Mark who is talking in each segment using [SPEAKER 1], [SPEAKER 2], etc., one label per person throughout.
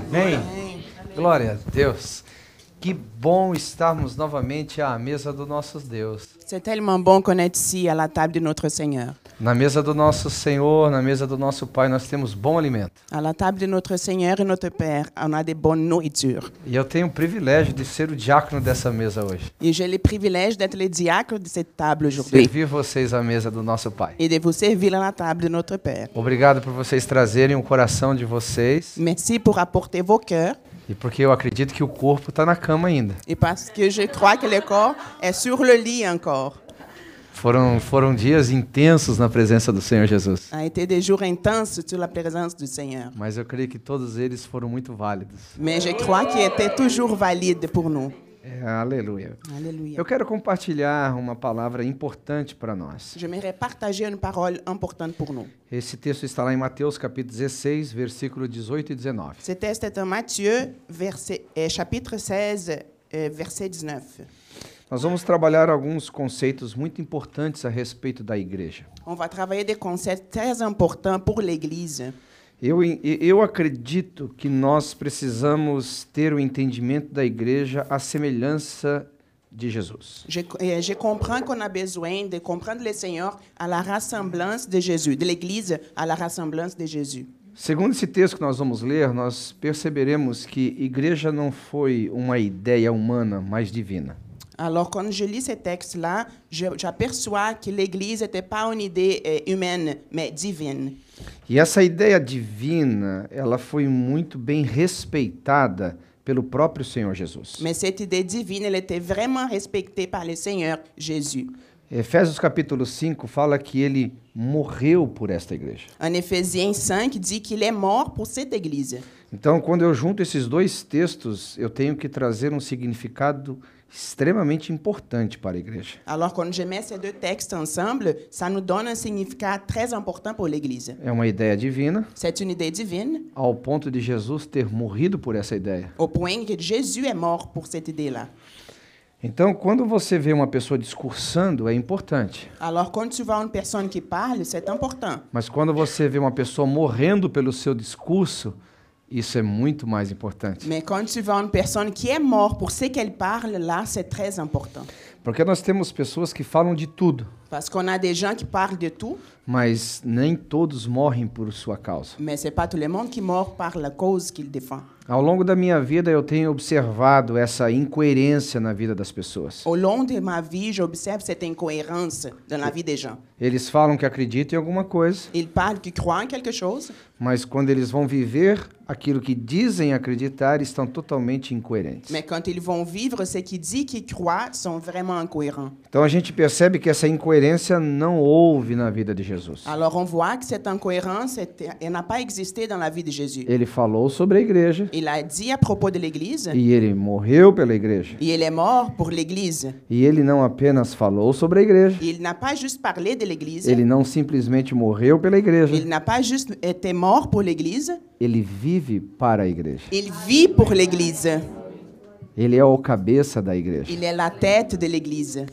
[SPEAKER 1] Amém. Glória a Deus. Que bom estarmos novamente à mesa do nosso Deus.
[SPEAKER 2] C'est tellement bon qu'on est ici à la table de notre Seigneur.
[SPEAKER 1] Na mesa do nosso Senhor, na mesa do nosso Pai, nós temos bom alimento.
[SPEAKER 2] À la table de notre Seigneur et notre Père, on a des bonnes nourritures.
[SPEAKER 1] E eu tenho o privilégio de ser o diácono dessa mesa hoje.
[SPEAKER 2] Et j'ai le privilège d'être le diacre de cette table aujourd'hui
[SPEAKER 1] Servir vocês à mesa do nosso Pai.
[SPEAKER 2] et de vous servir à la table de notre Père.
[SPEAKER 1] Obrigado por vocês trazerem o coração de vocês
[SPEAKER 2] Merci pour apporter vos cœurs
[SPEAKER 1] e porque eu acredito que o corpo está na cama ainda.
[SPEAKER 2] et parce que je crois que le corps est sur le lit encore.
[SPEAKER 1] Foram, foram dias intensos na presença do Senhor Jesus.
[SPEAKER 2] A été des jours intenses sur la présence du Seigneur.
[SPEAKER 1] Mas eu creio que todos eles foram muito válidos.
[SPEAKER 2] Mais je crois qu'il était toujours valide pour nous.
[SPEAKER 1] É, aleluia.
[SPEAKER 2] Alléluia.
[SPEAKER 1] Eu quero compartilhar uma palavra importante para nós.
[SPEAKER 2] J'aimerais partager une parole importante pour nous.
[SPEAKER 1] Esse texto está lá em Mateus capítulo 16, versículo 18 e 19.
[SPEAKER 2] Ce texte est en Matthieu, verset, euh, chapitre 16, euh, verset 19.
[SPEAKER 1] Nós vamos trabalhar alguns conceitos muito importantes a respeito da igreja.
[SPEAKER 2] On va travailler des concepts très importants pour l'Église.
[SPEAKER 1] Eu, e- eu acredito que nós precisamos ter o entendimento da igreja à semelhança de Jesus.
[SPEAKER 2] Je, euh, je comprends qu'on a besoin de comprendre le Seigneur à la rassemblance de Jésus, de l'Église à la rassemblance de Jésus.
[SPEAKER 1] Segundo esse texto que nós vamos ler, nós perceberemos que igreja não foi uma ideia humana, mas divina.
[SPEAKER 2] Alors, quand je lis ce texte-là, je- j'aperçois que l'Église n'était pas une idée euh, humaine, mais divine.
[SPEAKER 1] E essa ideia divina, ela foi muito bem respeitada pelo próprio Senhor Jesus.
[SPEAKER 2] Mais cette idée divine, elle était vraiment respectée par le Seigneur Jésus.
[SPEAKER 1] Efésios capítulo 5 fala que ele morreu por esta igreja.
[SPEAKER 2] En Éphésiens 5 dit qu'il est mort pour cette Église.
[SPEAKER 1] Então, quando eu junto esses dois textos, eu tenho que trazer um significado extremamente importante para a igreja.
[SPEAKER 2] Alors, quand je mets ces deux textes ensemble, ça nous donne un significat très important pour l'Église.
[SPEAKER 1] É uma ideia divina,
[SPEAKER 2] C'est une idée divine,
[SPEAKER 1] ao ponto de Jesus ter morrido por essa ideia.
[SPEAKER 2] au point que Jésus est mort pour cette idée-là.
[SPEAKER 1] Então, quando você vê uma pessoa discursando, é importante.
[SPEAKER 2] Alors, quand tu vois une personne qui parle, c'est important.
[SPEAKER 1] Mas quando você vê uma pessoa morrendo pelo seu discurso, isso é muito mais importante.
[SPEAKER 2] Mais quand tu vois une personne qui est morte pour ce qu'elle parle, là, c'est très important.
[SPEAKER 1] Porque nós temos pessoas que falam de tudo,
[SPEAKER 2] Parce qu'on a des gens qui parlent de tout,
[SPEAKER 1] mas nem todos morrem por sua causa.
[SPEAKER 2] mais c'est pas tout le monde qui mord par la cause qu'il défend.
[SPEAKER 1] Ao longo da minha vida, eu tenho observado essa incoerência na vida das pessoas.
[SPEAKER 2] Au long de ma vie, j'observe cette incohérence dans la vie des gens.
[SPEAKER 1] Eles falam que acreditam em alguma coisa,
[SPEAKER 2] Ils parlent qu'ils croient en quelque chose,
[SPEAKER 1] mas quando eles vão viver aquilo que dizem acreditar, estão totalmente incoerentes.
[SPEAKER 2] Mais quand ils vont vivre ce qu'ils disent qu'ils croient, sont vraiment incohérents.
[SPEAKER 1] Então a gente percebe que essa incoerência não houve na vida de Jesus.
[SPEAKER 2] Alors on voit que cette incohérence était- elle n'a pas existé dans la vie de Jésus.
[SPEAKER 1] Ele falou sobre a igreja
[SPEAKER 2] Il a dit à propos de l'Église,
[SPEAKER 1] e ele morreu pela igreja.
[SPEAKER 2] et il est mort pour l'Église.
[SPEAKER 1] E ele não apenas falou sobre a igreja,
[SPEAKER 2] Il n'a pas juste parlé de l'Église,
[SPEAKER 1] ele não simplesmente morreu pela igreja,
[SPEAKER 2] il n'a pas juste été mort pour l'Église,
[SPEAKER 1] ele vive para a igreja.
[SPEAKER 2] il vit pour l'Église.
[SPEAKER 1] Ele é o cabeça da igreja.
[SPEAKER 2] Il est la tête de l'Église.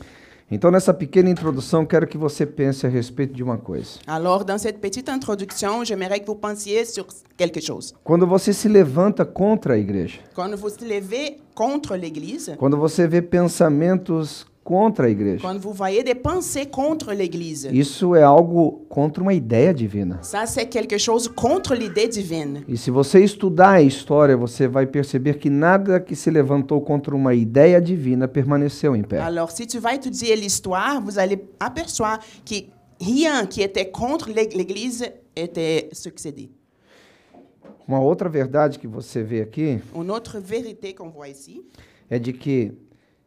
[SPEAKER 1] Então, nessa pequena introdução, quero que você pense a respeito de uma coisa.
[SPEAKER 2] Alors dans cette petite introduction, j'aimerais que vous pensiez sur quelque chose.
[SPEAKER 1] Quando você se levanta contra a igreja,
[SPEAKER 2] Quand vous vous levez contre l'Église,
[SPEAKER 1] quando você vê pensamentos contra a igreja,
[SPEAKER 2] quand vous voyez des pensées contre l'Église,
[SPEAKER 1] isso é algo contra uma ideia divina.
[SPEAKER 2] Ça, c'est quelque chose contre l'idée divine.
[SPEAKER 1] E se você estudar a história, você vai perceber que nada que se levantou contra uma ideia divina permaneceu em pé.
[SPEAKER 2] Alors, si tu vas étudier l'histoire, vous allez apercevoir que rien qui était contre l'Ég- l'Église était succédé.
[SPEAKER 1] Uma outra verdade que você vê aqui
[SPEAKER 2] Une autre vérité qu'on voit ici,
[SPEAKER 1] é de que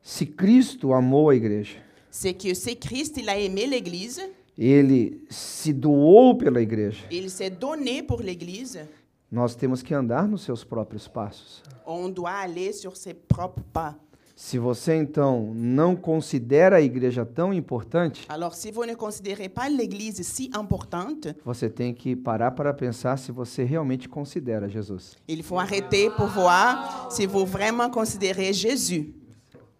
[SPEAKER 1] se Cristo amou a igreja,
[SPEAKER 2] c'est que c'est Christ, il a aimé l'Église,
[SPEAKER 1] ele se doou pela igreja,
[SPEAKER 2] il s'est donné pour l'Église.
[SPEAKER 1] nós temos que andar nos seus próprios passos.
[SPEAKER 2] On doit aller sur ses propres pas.
[SPEAKER 1] Se você então não considera a igreja tão importante,
[SPEAKER 2] Alors, si vous ne considérez pas l'Église si importante,
[SPEAKER 1] você tem que parar para pensar se você realmente considera Jesus.
[SPEAKER 2] il faut arrêter pour voir si vous vraiment considérez Jésus.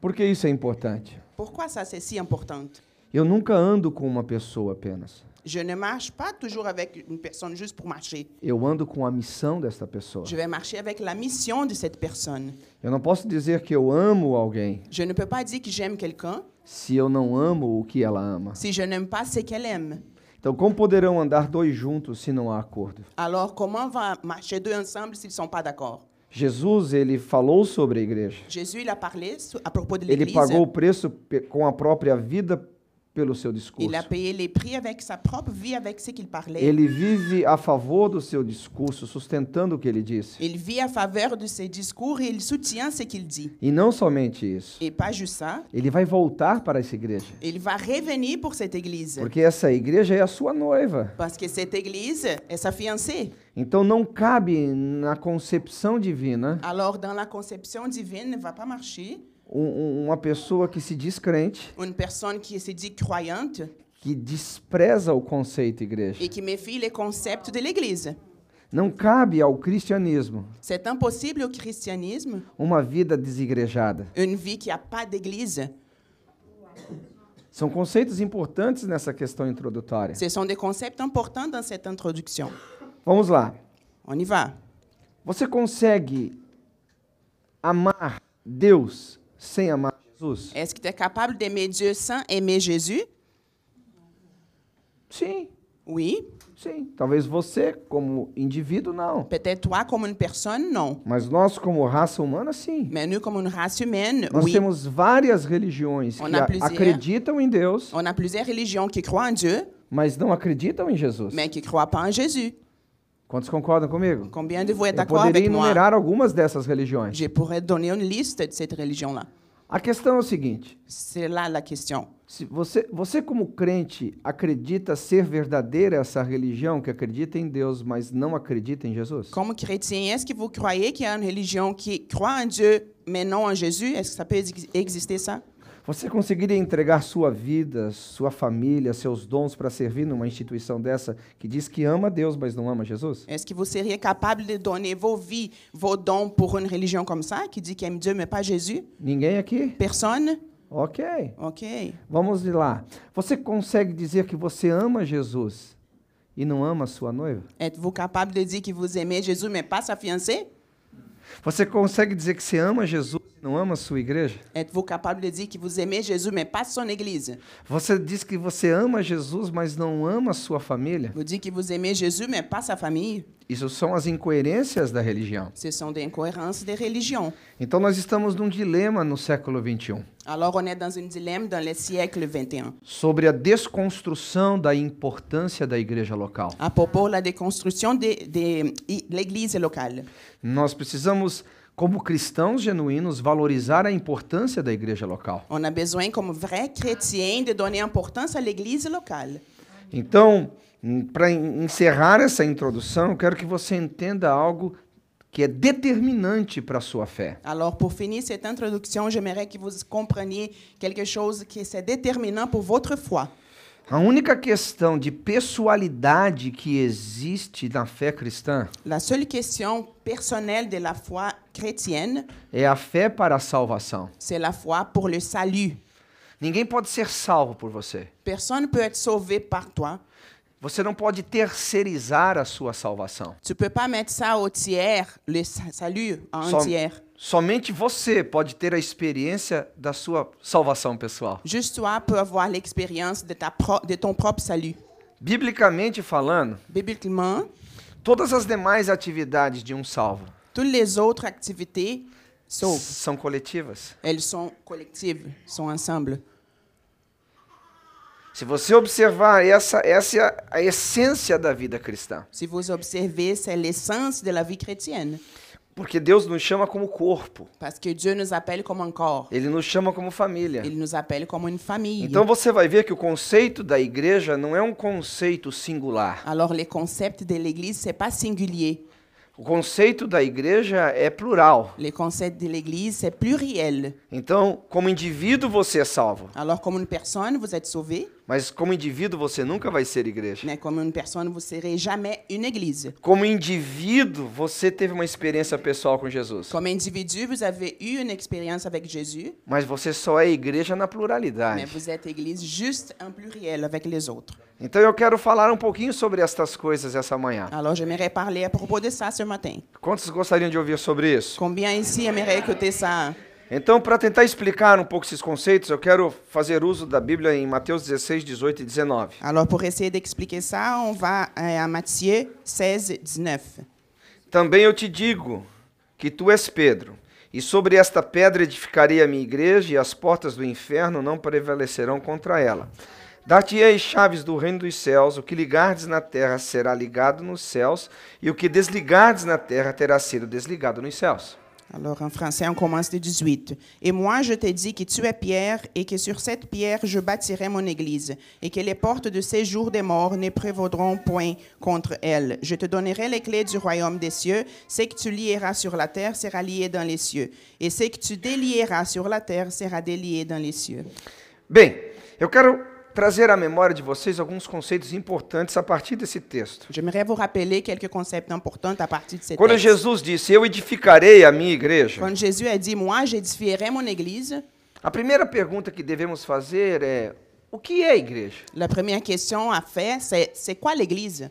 [SPEAKER 1] Por que isso é importante?
[SPEAKER 2] Pourquoi ça, c'est si important?
[SPEAKER 1] Eu nunca ando com uma pessoa apenas.
[SPEAKER 2] Je ne marche pas toujours avec une personne juste pour marcher.
[SPEAKER 1] Eu ando com a missão desta pessoa.
[SPEAKER 2] Je vais marcher avec la mission de cette personne.
[SPEAKER 1] Eu não posso dizer que eu amo alguém
[SPEAKER 2] Je ne peux pas dire que j'aime quelqu'un
[SPEAKER 1] se eu não amo o que ela ama.
[SPEAKER 2] si je n'aime pas ce qu'elle aime.
[SPEAKER 1] Então, como poderão andar dois juntos se não há acordo?
[SPEAKER 2] Alors, comment va marcher deux ensemble s'ils ne sont pas d'accord?
[SPEAKER 1] Jesus, ele falou sobre a igreja.
[SPEAKER 2] Jésus, il a parlé so- à propos de
[SPEAKER 1] Ele
[SPEAKER 2] l'Église.
[SPEAKER 1] pagou o preço pe- com a própria vida pelo seu discurso.
[SPEAKER 2] Il a payé les prix avec sa propre vie, avec ce qu'il parlait.
[SPEAKER 1] Ele vive a favor do seu discurso, sustentando o que ele disse.
[SPEAKER 2] Il vit à faveur de ses discours et il soutient ce qu'il dit.
[SPEAKER 1] E não somente isso.
[SPEAKER 2] Et pas juste ça,
[SPEAKER 1] Ele vai voltar para essa igreja,
[SPEAKER 2] il va revenir pour cette église.
[SPEAKER 1] porque essa igreja é a sua noiva.
[SPEAKER 2] Parce que cette église est sa fiancée.
[SPEAKER 1] Então não cabe na concepção divina
[SPEAKER 2] Alors, dans la conception divine, ne va pas marcher.
[SPEAKER 1] um- um- uma pessoa que se diz crente,
[SPEAKER 2] Une personne qui se dit croyante
[SPEAKER 1] que despreza o conceito igreja.
[SPEAKER 2] et qui méfie les concepts de l'église.
[SPEAKER 1] Não cabe ao cristianismo
[SPEAKER 2] C'est impossible au christianisme,
[SPEAKER 1] uma vida desigrejada.
[SPEAKER 2] une vie qui n'a pas d'église.
[SPEAKER 1] São conceitos importantes nessa questão introdutória.
[SPEAKER 2] Ce sont des concepts importants dans cette introduction.
[SPEAKER 1] Vamos lá.
[SPEAKER 2] On y va.
[SPEAKER 1] Você consegue amar Deus sem amar Jesus?
[SPEAKER 2] Est-ce que tu es capable d'aimer Dieu sans aimer Jésus?
[SPEAKER 1] Sim,
[SPEAKER 2] Oui.
[SPEAKER 1] sim. Talvez você, como indivíduo, não.
[SPEAKER 2] Peut-être toi como une personne, non.
[SPEAKER 1] Mas nós, como raça humana, sim.
[SPEAKER 2] Mais nous comme une race humaine,
[SPEAKER 1] Nós
[SPEAKER 2] oui.
[SPEAKER 1] temos várias religiões que
[SPEAKER 2] Ona
[SPEAKER 1] a-
[SPEAKER 2] plusieurs.
[SPEAKER 1] acreditam em Deus,
[SPEAKER 2] On a plusieurs religions qui croient en Dieu,
[SPEAKER 1] mas não acreditam em Jesus.
[SPEAKER 2] mais qui ne croient pas en Jésus.
[SPEAKER 1] Quantos concordam comigo?
[SPEAKER 2] Combien de vous êtes
[SPEAKER 1] Eu
[SPEAKER 2] d'accord avec
[SPEAKER 1] poderia
[SPEAKER 2] moi?
[SPEAKER 1] enumerar algumas dessas religiões.
[SPEAKER 2] Je pourrais donner une liste de cette religion-là.
[SPEAKER 1] A questão é o seguinte:
[SPEAKER 2] C'est là la question.
[SPEAKER 1] se você, você como crente acredita ser verdadeira essa religião que acredita em Deus, mas não acredita em Jesus?
[SPEAKER 2] Comme chrétien, est-ce que vous croyez qu'il y a une religion qui croit en Dieu, mais non en Jésus? Est-ce que ça peut ex- exister, ça?
[SPEAKER 1] Você conseguiria entregar sua vida, sua família, seus dons para servir numa instituição dessa que diz que ama Deus, mas não ama Jesus?
[SPEAKER 2] Est-ce que vous seriez capable de donner vos vies, vos dons pour une religion comme ça, qui dit qu'elle aime Dieu, mais pas Jésus?
[SPEAKER 1] Ninguém aqui?
[SPEAKER 2] Personne?
[SPEAKER 1] Ok.
[SPEAKER 2] OK.
[SPEAKER 1] Vamos de lá. Você consegue dizer que você ama Jesus e não ama sua noiva?
[SPEAKER 2] Êtes-vous capable de dire que vous aimez Jésus, mais pas sa fiancée?
[SPEAKER 1] Você consegue dizer que você ama Jesus e não ama sua igreja?
[SPEAKER 2] Êtes-vous capable de dire que vous aimez Jésus, mais pas son église?
[SPEAKER 1] Você diz que você ama Jesus, mas não ama sua família?
[SPEAKER 2] Vous dites que vous aimez Jésus, mais pas sa famille?
[SPEAKER 1] Isso são as incoerências da religião.
[SPEAKER 2] Ce sont des incohérences des religions.
[SPEAKER 1] Então nós estamos num dilema no século um XXI.
[SPEAKER 2] Alors, on est dans un dilemme dans le siècle 21.
[SPEAKER 1] sobre a desconstrução da importância da igreja local.
[SPEAKER 2] à propos de la déconstruction de, de- i- l'Église locale.
[SPEAKER 1] Nós precisamos, como cristãos genuínos, valorizar a importância da igreja local.
[SPEAKER 2] On a besoin, comme vrais chrétiens, de donner importance à l'Église locale.
[SPEAKER 1] Então, para encerrar essa introdução, eu quero que você entenda algo que é determinante para a sua fé.
[SPEAKER 2] Alors, pour finir cette introduction, j'aimerais que vous compreniez quelque chose qui est déterminant pour votre foi.
[SPEAKER 1] A única questão de pessoalidade que existe na fé cristã
[SPEAKER 2] La seule question personnelle de la foi chrétienne,
[SPEAKER 1] é a fé para a salvação.
[SPEAKER 2] c'est la foi pour le salut.
[SPEAKER 1] Ninguém pode ser salvo por você.
[SPEAKER 2] Personne ne peut être sauvé par toi.
[SPEAKER 1] Você não pode terceirizar a sua salvação.
[SPEAKER 2] Tu peux pas mettre ça au tiers, le sa- salut en
[SPEAKER 1] Som-
[SPEAKER 2] tiers.
[SPEAKER 1] Somente você pode ter a experiência da sua salvação pessoal.
[SPEAKER 2] Juste toi peux avoir l'expérience de, ta pro- de ton propre salut.
[SPEAKER 1] Biblicamente falando,
[SPEAKER 2] Bibliquement,
[SPEAKER 1] todas as demais atividades de um salvo
[SPEAKER 2] toutes les autres activités, sauf
[SPEAKER 1] são coletivas.
[SPEAKER 2] elles sont collectives, sont ensemble.
[SPEAKER 1] Se você observar, essa, essa é a essência da vida cristã.
[SPEAKER 2] Si vous observez, c'est l'essence de la vie chrétienne,
[SPEAKER 1] Porque Deus nos chama como corpo,
[SPEAKER 2] parce que Dieu nous appelle comme un corps,
[SPEAKER 1] Ele nos chama como família.
[SPEAKER 2] il nous appelle comme une famille.
[SPEAKER 1] Então você vai ver que o conceito da igreja não é um conceito singular.
[SPEAKER 2] Alors les concepts de l'Église, c'est pas singulier.
[SPEAKER 1] O conceito da igreja é plural.
[SPEAKER 2] Les concepts de l'Église, c'est pluriel.
[SPEAKER 1] Então, como indivíduo você é salvo,
[SPEAKER 2] Alors comme une personne, vous êtes sauvé,
[SPEAKER 1] mas como indivíduo você nunca vai ser igreja.
[SPEAKER 2] mais comme une personne, vous serez jamais une Église.
[SPEAKER 1] Como indivíduo, você teve uma experiência pessoal com Jesus.
[SPEAKER 2] Comme individu, vous avez eu une expérience avec Jésus,
[SPEAKER 1] Mas você só é igreja na
[SPEAKER 2] mais Né?
[SPEAKER 1] pluralidade.
[SPEAKER 2] vous êtes Église juste en pluriel avec les autres.
[SPEAKER 1] Então eu quero falar um pouquinho sobre estas coisas essa manhã.
[SPEAKER 2] Alors, j'aimerais parler à propos de ça ce matin.
[SPEAKER 1] Quantos gostariam de ouvir sobre isso?
[SPEAKER 2] Combien ici aimeraient écouter ça?
[SPEAKER 1] Então, para tentar explicar um pouco esses conceitos, eu quero fazer uso da Bíblia em Mateus 16, 18 e 19.
[SPEAKER 2] Alors, pour essayer d'expliquer ça, on va euh, à Matthieu 16, 19.
[SPEAKER 1] Também eu te digo que tu és Pedro, e sobre esta pedra edificarei a minha igreja, e as portas do inferno não prevalecerão contra ela. Dar-te-ei chaves do reino dos céus, o que ligardes na terra será ligado nos céus, e o que desligardes na terra terá sido desligado nos céus.
[SPEAKER 2] Alors, en français, on commence de 18. Et moi, je t'ai dit que tu es Pierre, et que sur cette pierre je bâtirai mon église, et que les portes de séjour des morts ne prévaudront point contre elle. Je te donnerai les clés du royaume des cieux. Ce que tu lieras sur la terre sera lié dans les cieux, et ce que tu délieras sur la terre sera délié dans les cieux.
[SPEAKER 1] Bem, eu quero trazer à memória de vocês alguns conceitos importantes a partir desse texto.
[SPEAKER 2] J'aimerais vous rappeler quelques concepts importants à partir de cette
[SPEAKER 1] Quando
[SPEAKER 2] texte.
[SPEAKER 1] Jesus disse: Eu edificarei a minha igreja,
[SPEAKER 2] Quand Jésus a dit, moi, j'édifierai mon église,
[SPEAKER 1] a primeira pergunta que devemos fazer é: O que é a igreja?
[SPEAKER 2] la première question à faire, c'est, c'est quoi l'église?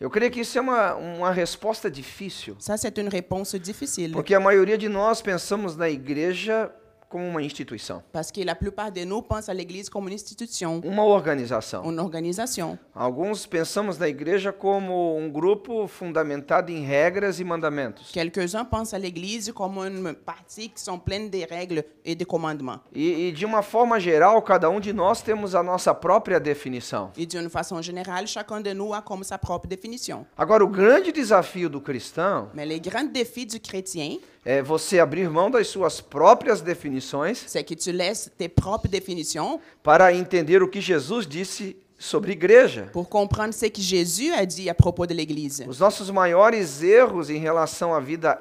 [SPEAKER 1] Eu creio que isso é uma, uma resposta difícil,
[SPEAKER 2] Ça, c'est une réponse difficile.
[SPEAKER 1] porque a maioria de nós pensamos na igreja como uma instituição,
[SPEAKER 2] Parce que la plupart de nous pensent à l'Église comme une institution,
[SPEAKER 1] uma organização.
[SPEAKER 2] une organisation.
[SPEAKER 1] Alguns pensamos na igreja como um grupo fundamentado em regras e mandamentos.
[SPEAKER 2] Quelques-uns pensent à l'Église comme une partie qui sont pleines de règles et de commandements.
[SPEAKER 1] E, e de uma forma geral, cada um de nós temos a nossa própria definição.
[SPEAKER 2] Et d'une façon générale, chacun de nous a comme sa propre définition.
[SPEAKER 1] Agora, o grande desafio do cristão
[SPEAKER 2] Mais le grand défi du chrétien,
[SPEAKER 1] é você abrir mão das suas próprias definições
[SPEAKER 2] c'est que tu laisses tes propres définitions
[SPEAKER 1] para entender o que Jesus disse sobre igreja.
[SPEAKER 2] pour comprendre ce que Jésus a dit à propos de l'Église.
[SPEAKER 1] Os nossos maiores erros em relação à vida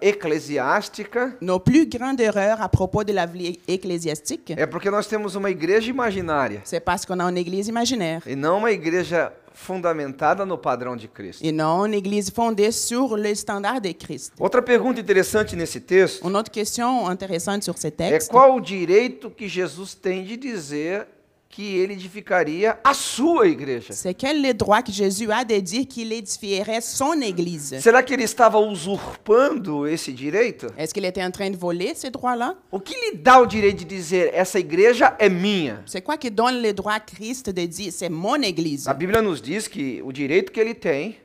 [SPEAKER 1] eclesiástica
[SPEAKER 2] Nos plus grandes erreurs à propos de la vie ecclésiastique,
[SPEAKER 1] é porque nós temos uma igreja imaginária
[SPEAKER 2] c'est parce qu'on a une Église imaginaire
[SPEAKER 1] e não uma igreja fundamentada no padrão de Cristo.
[SPEAKER 2] et non une Église fondée sur le standard de Christ.
[SPEAKER 1] Outra pergunta interessante nesse texto
[SPEAKER 2] Une autre question intéressante sur ce
[SPEAKER 1] é
[SPEAKER 2] texte,
[SPEAKER 1] qual o direito que Jesus tem de dizer que ele edificaria a sua igreja?
[SPEAKER 2] c'est quel le droit que Jésus a de dire qu'il édifierait son Église?
[SPEAKER 1] Será que ele estava usurpando esse direito?
[SPEAKER 2] Est-ce qu'il était en train de voler ce droit-là?
[SPEAKER 1] O que lhe dá o direito de dizer essa igreja é minha?
[SPEAKER 2] C'est quoi qui donne le droit à Christ de dire c'est mon Église?
[SPEAKER 1] A Bíblia nos diz que o direito que ele tem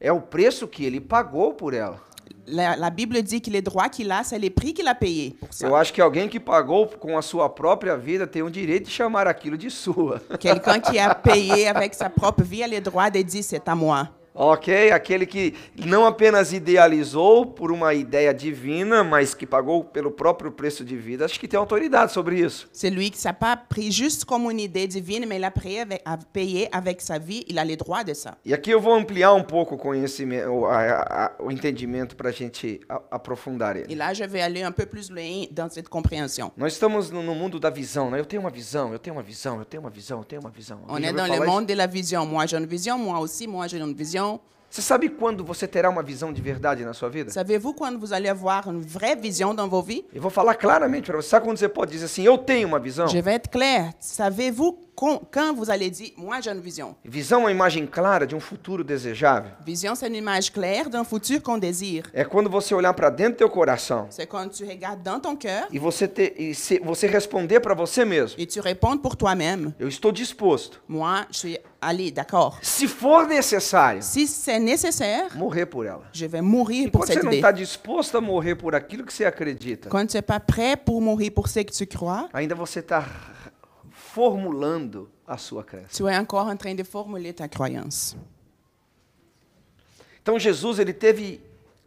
[SPEAKER 1] é o preço que ele pagou por ela.
[SPEAKER 2] La, la Bible dit que le droit qu'il a, c'est le prix qu'il a payé pour ça.
[SPEAKER 1] Eu acho que alguém que pagou com a sua própria vida tem o direito de chamar aquilo de sua.
[SPEAKER 2] Quelqu'un qui a payé avec sa propre vie a le droit de dire c'est à moi.
[SPEAKER 1] Ok? Aquele que não apenas idealizou por uma ideia divina, mas que pagou pelo próprio preço de vida, acho que tem autoridade sobre isso.
[SPEAKER 2] Celui qui n'a pas pris juste comme une idée divine, mais il a payé avec, a payé avec sa vie, il a le droit de ça.
[SPEAKER 1] E aqui eu vou ampliar um pouco o conhecimento, o, a- a- o entendimento para a gente a- aprofundar ele.
[SPEAKER 2] Et là, je vais aller un peu plus loin dans cette compréhension.
[SPEAKER 1] Nós estamos no, no mundo da visão, né? Eu tenho uma visão, eu tenho uma visão, eu tenho uma visão, eu tenho uma visão.
[SPEAKER 2] On
[SPEAKER 1] Alguém já
[SPEAKER 2] est
[SPEAKER 1] ouviu
[SPEAKER 2] dans le
[SPEAKER 1] falar isso?
[SPEAKER 2] monde de la vision. Moi, j'ai une vision, moi aussi, moi, j'ai une vision.
[SPEAKER 1] Você sabe quando você terá uma visão de verdade na sua vida?
[SPEAKER 2] Savez-vous quand vous allez avoir une vraie vision dans vos vies?
[SPEAKER 1] Eu vou falar claramente para você. Sabe quando você pode dizer assim, eu tenho uma visão?
[SPEAKER 2] Je vais être clair. Savez-vous quand, quand vous allez dire, moi, j'ai une vision?
[SPEAKER 1] Visão é uma imagem clara de um futuro desejável.
[SPEAKER 2] Vision, c'est une image claire d'un futur qu'on désire.
[SPEAKER 1] É quando você olhar para dentro do teu coração
[SPEAKER 2] C'est quand tu regardes dans ton cœur
[SPEAKER 1] e você ter, e se- você responder para você mesmo.
[SPEAKER 2] et tu réponds pour toi-même.
[SPEAKER 1] Eu estou disposto,
[SPEAKER 2] Moi, je suis allé, d'accord.
[SPEAKER 1] se for necessário,
[SPEAKER 2] Si c'est nécessaire,
[SPEAKER 1] morrer por ela.
[SPEAKER 2] je vais mourir pour
[SPEAKER 1] Enquanto você
[SPEAKER 2] cette
[SPEAKER 1] não
[SPEAKER 2] idée.
[SPEAKER 1] está disposto a morrer por aquilo que você acredita,
[SPEAKER 2] Quand tu n'es pas prêt pour mourir pour ce que tu crois,
[SPEAKER 1] ainda você está formulando a sua crença.
[SPEAKER 2] tu es encore en train de formuler ta croyance.
[SPEAKER 1] Então Jesus ele teve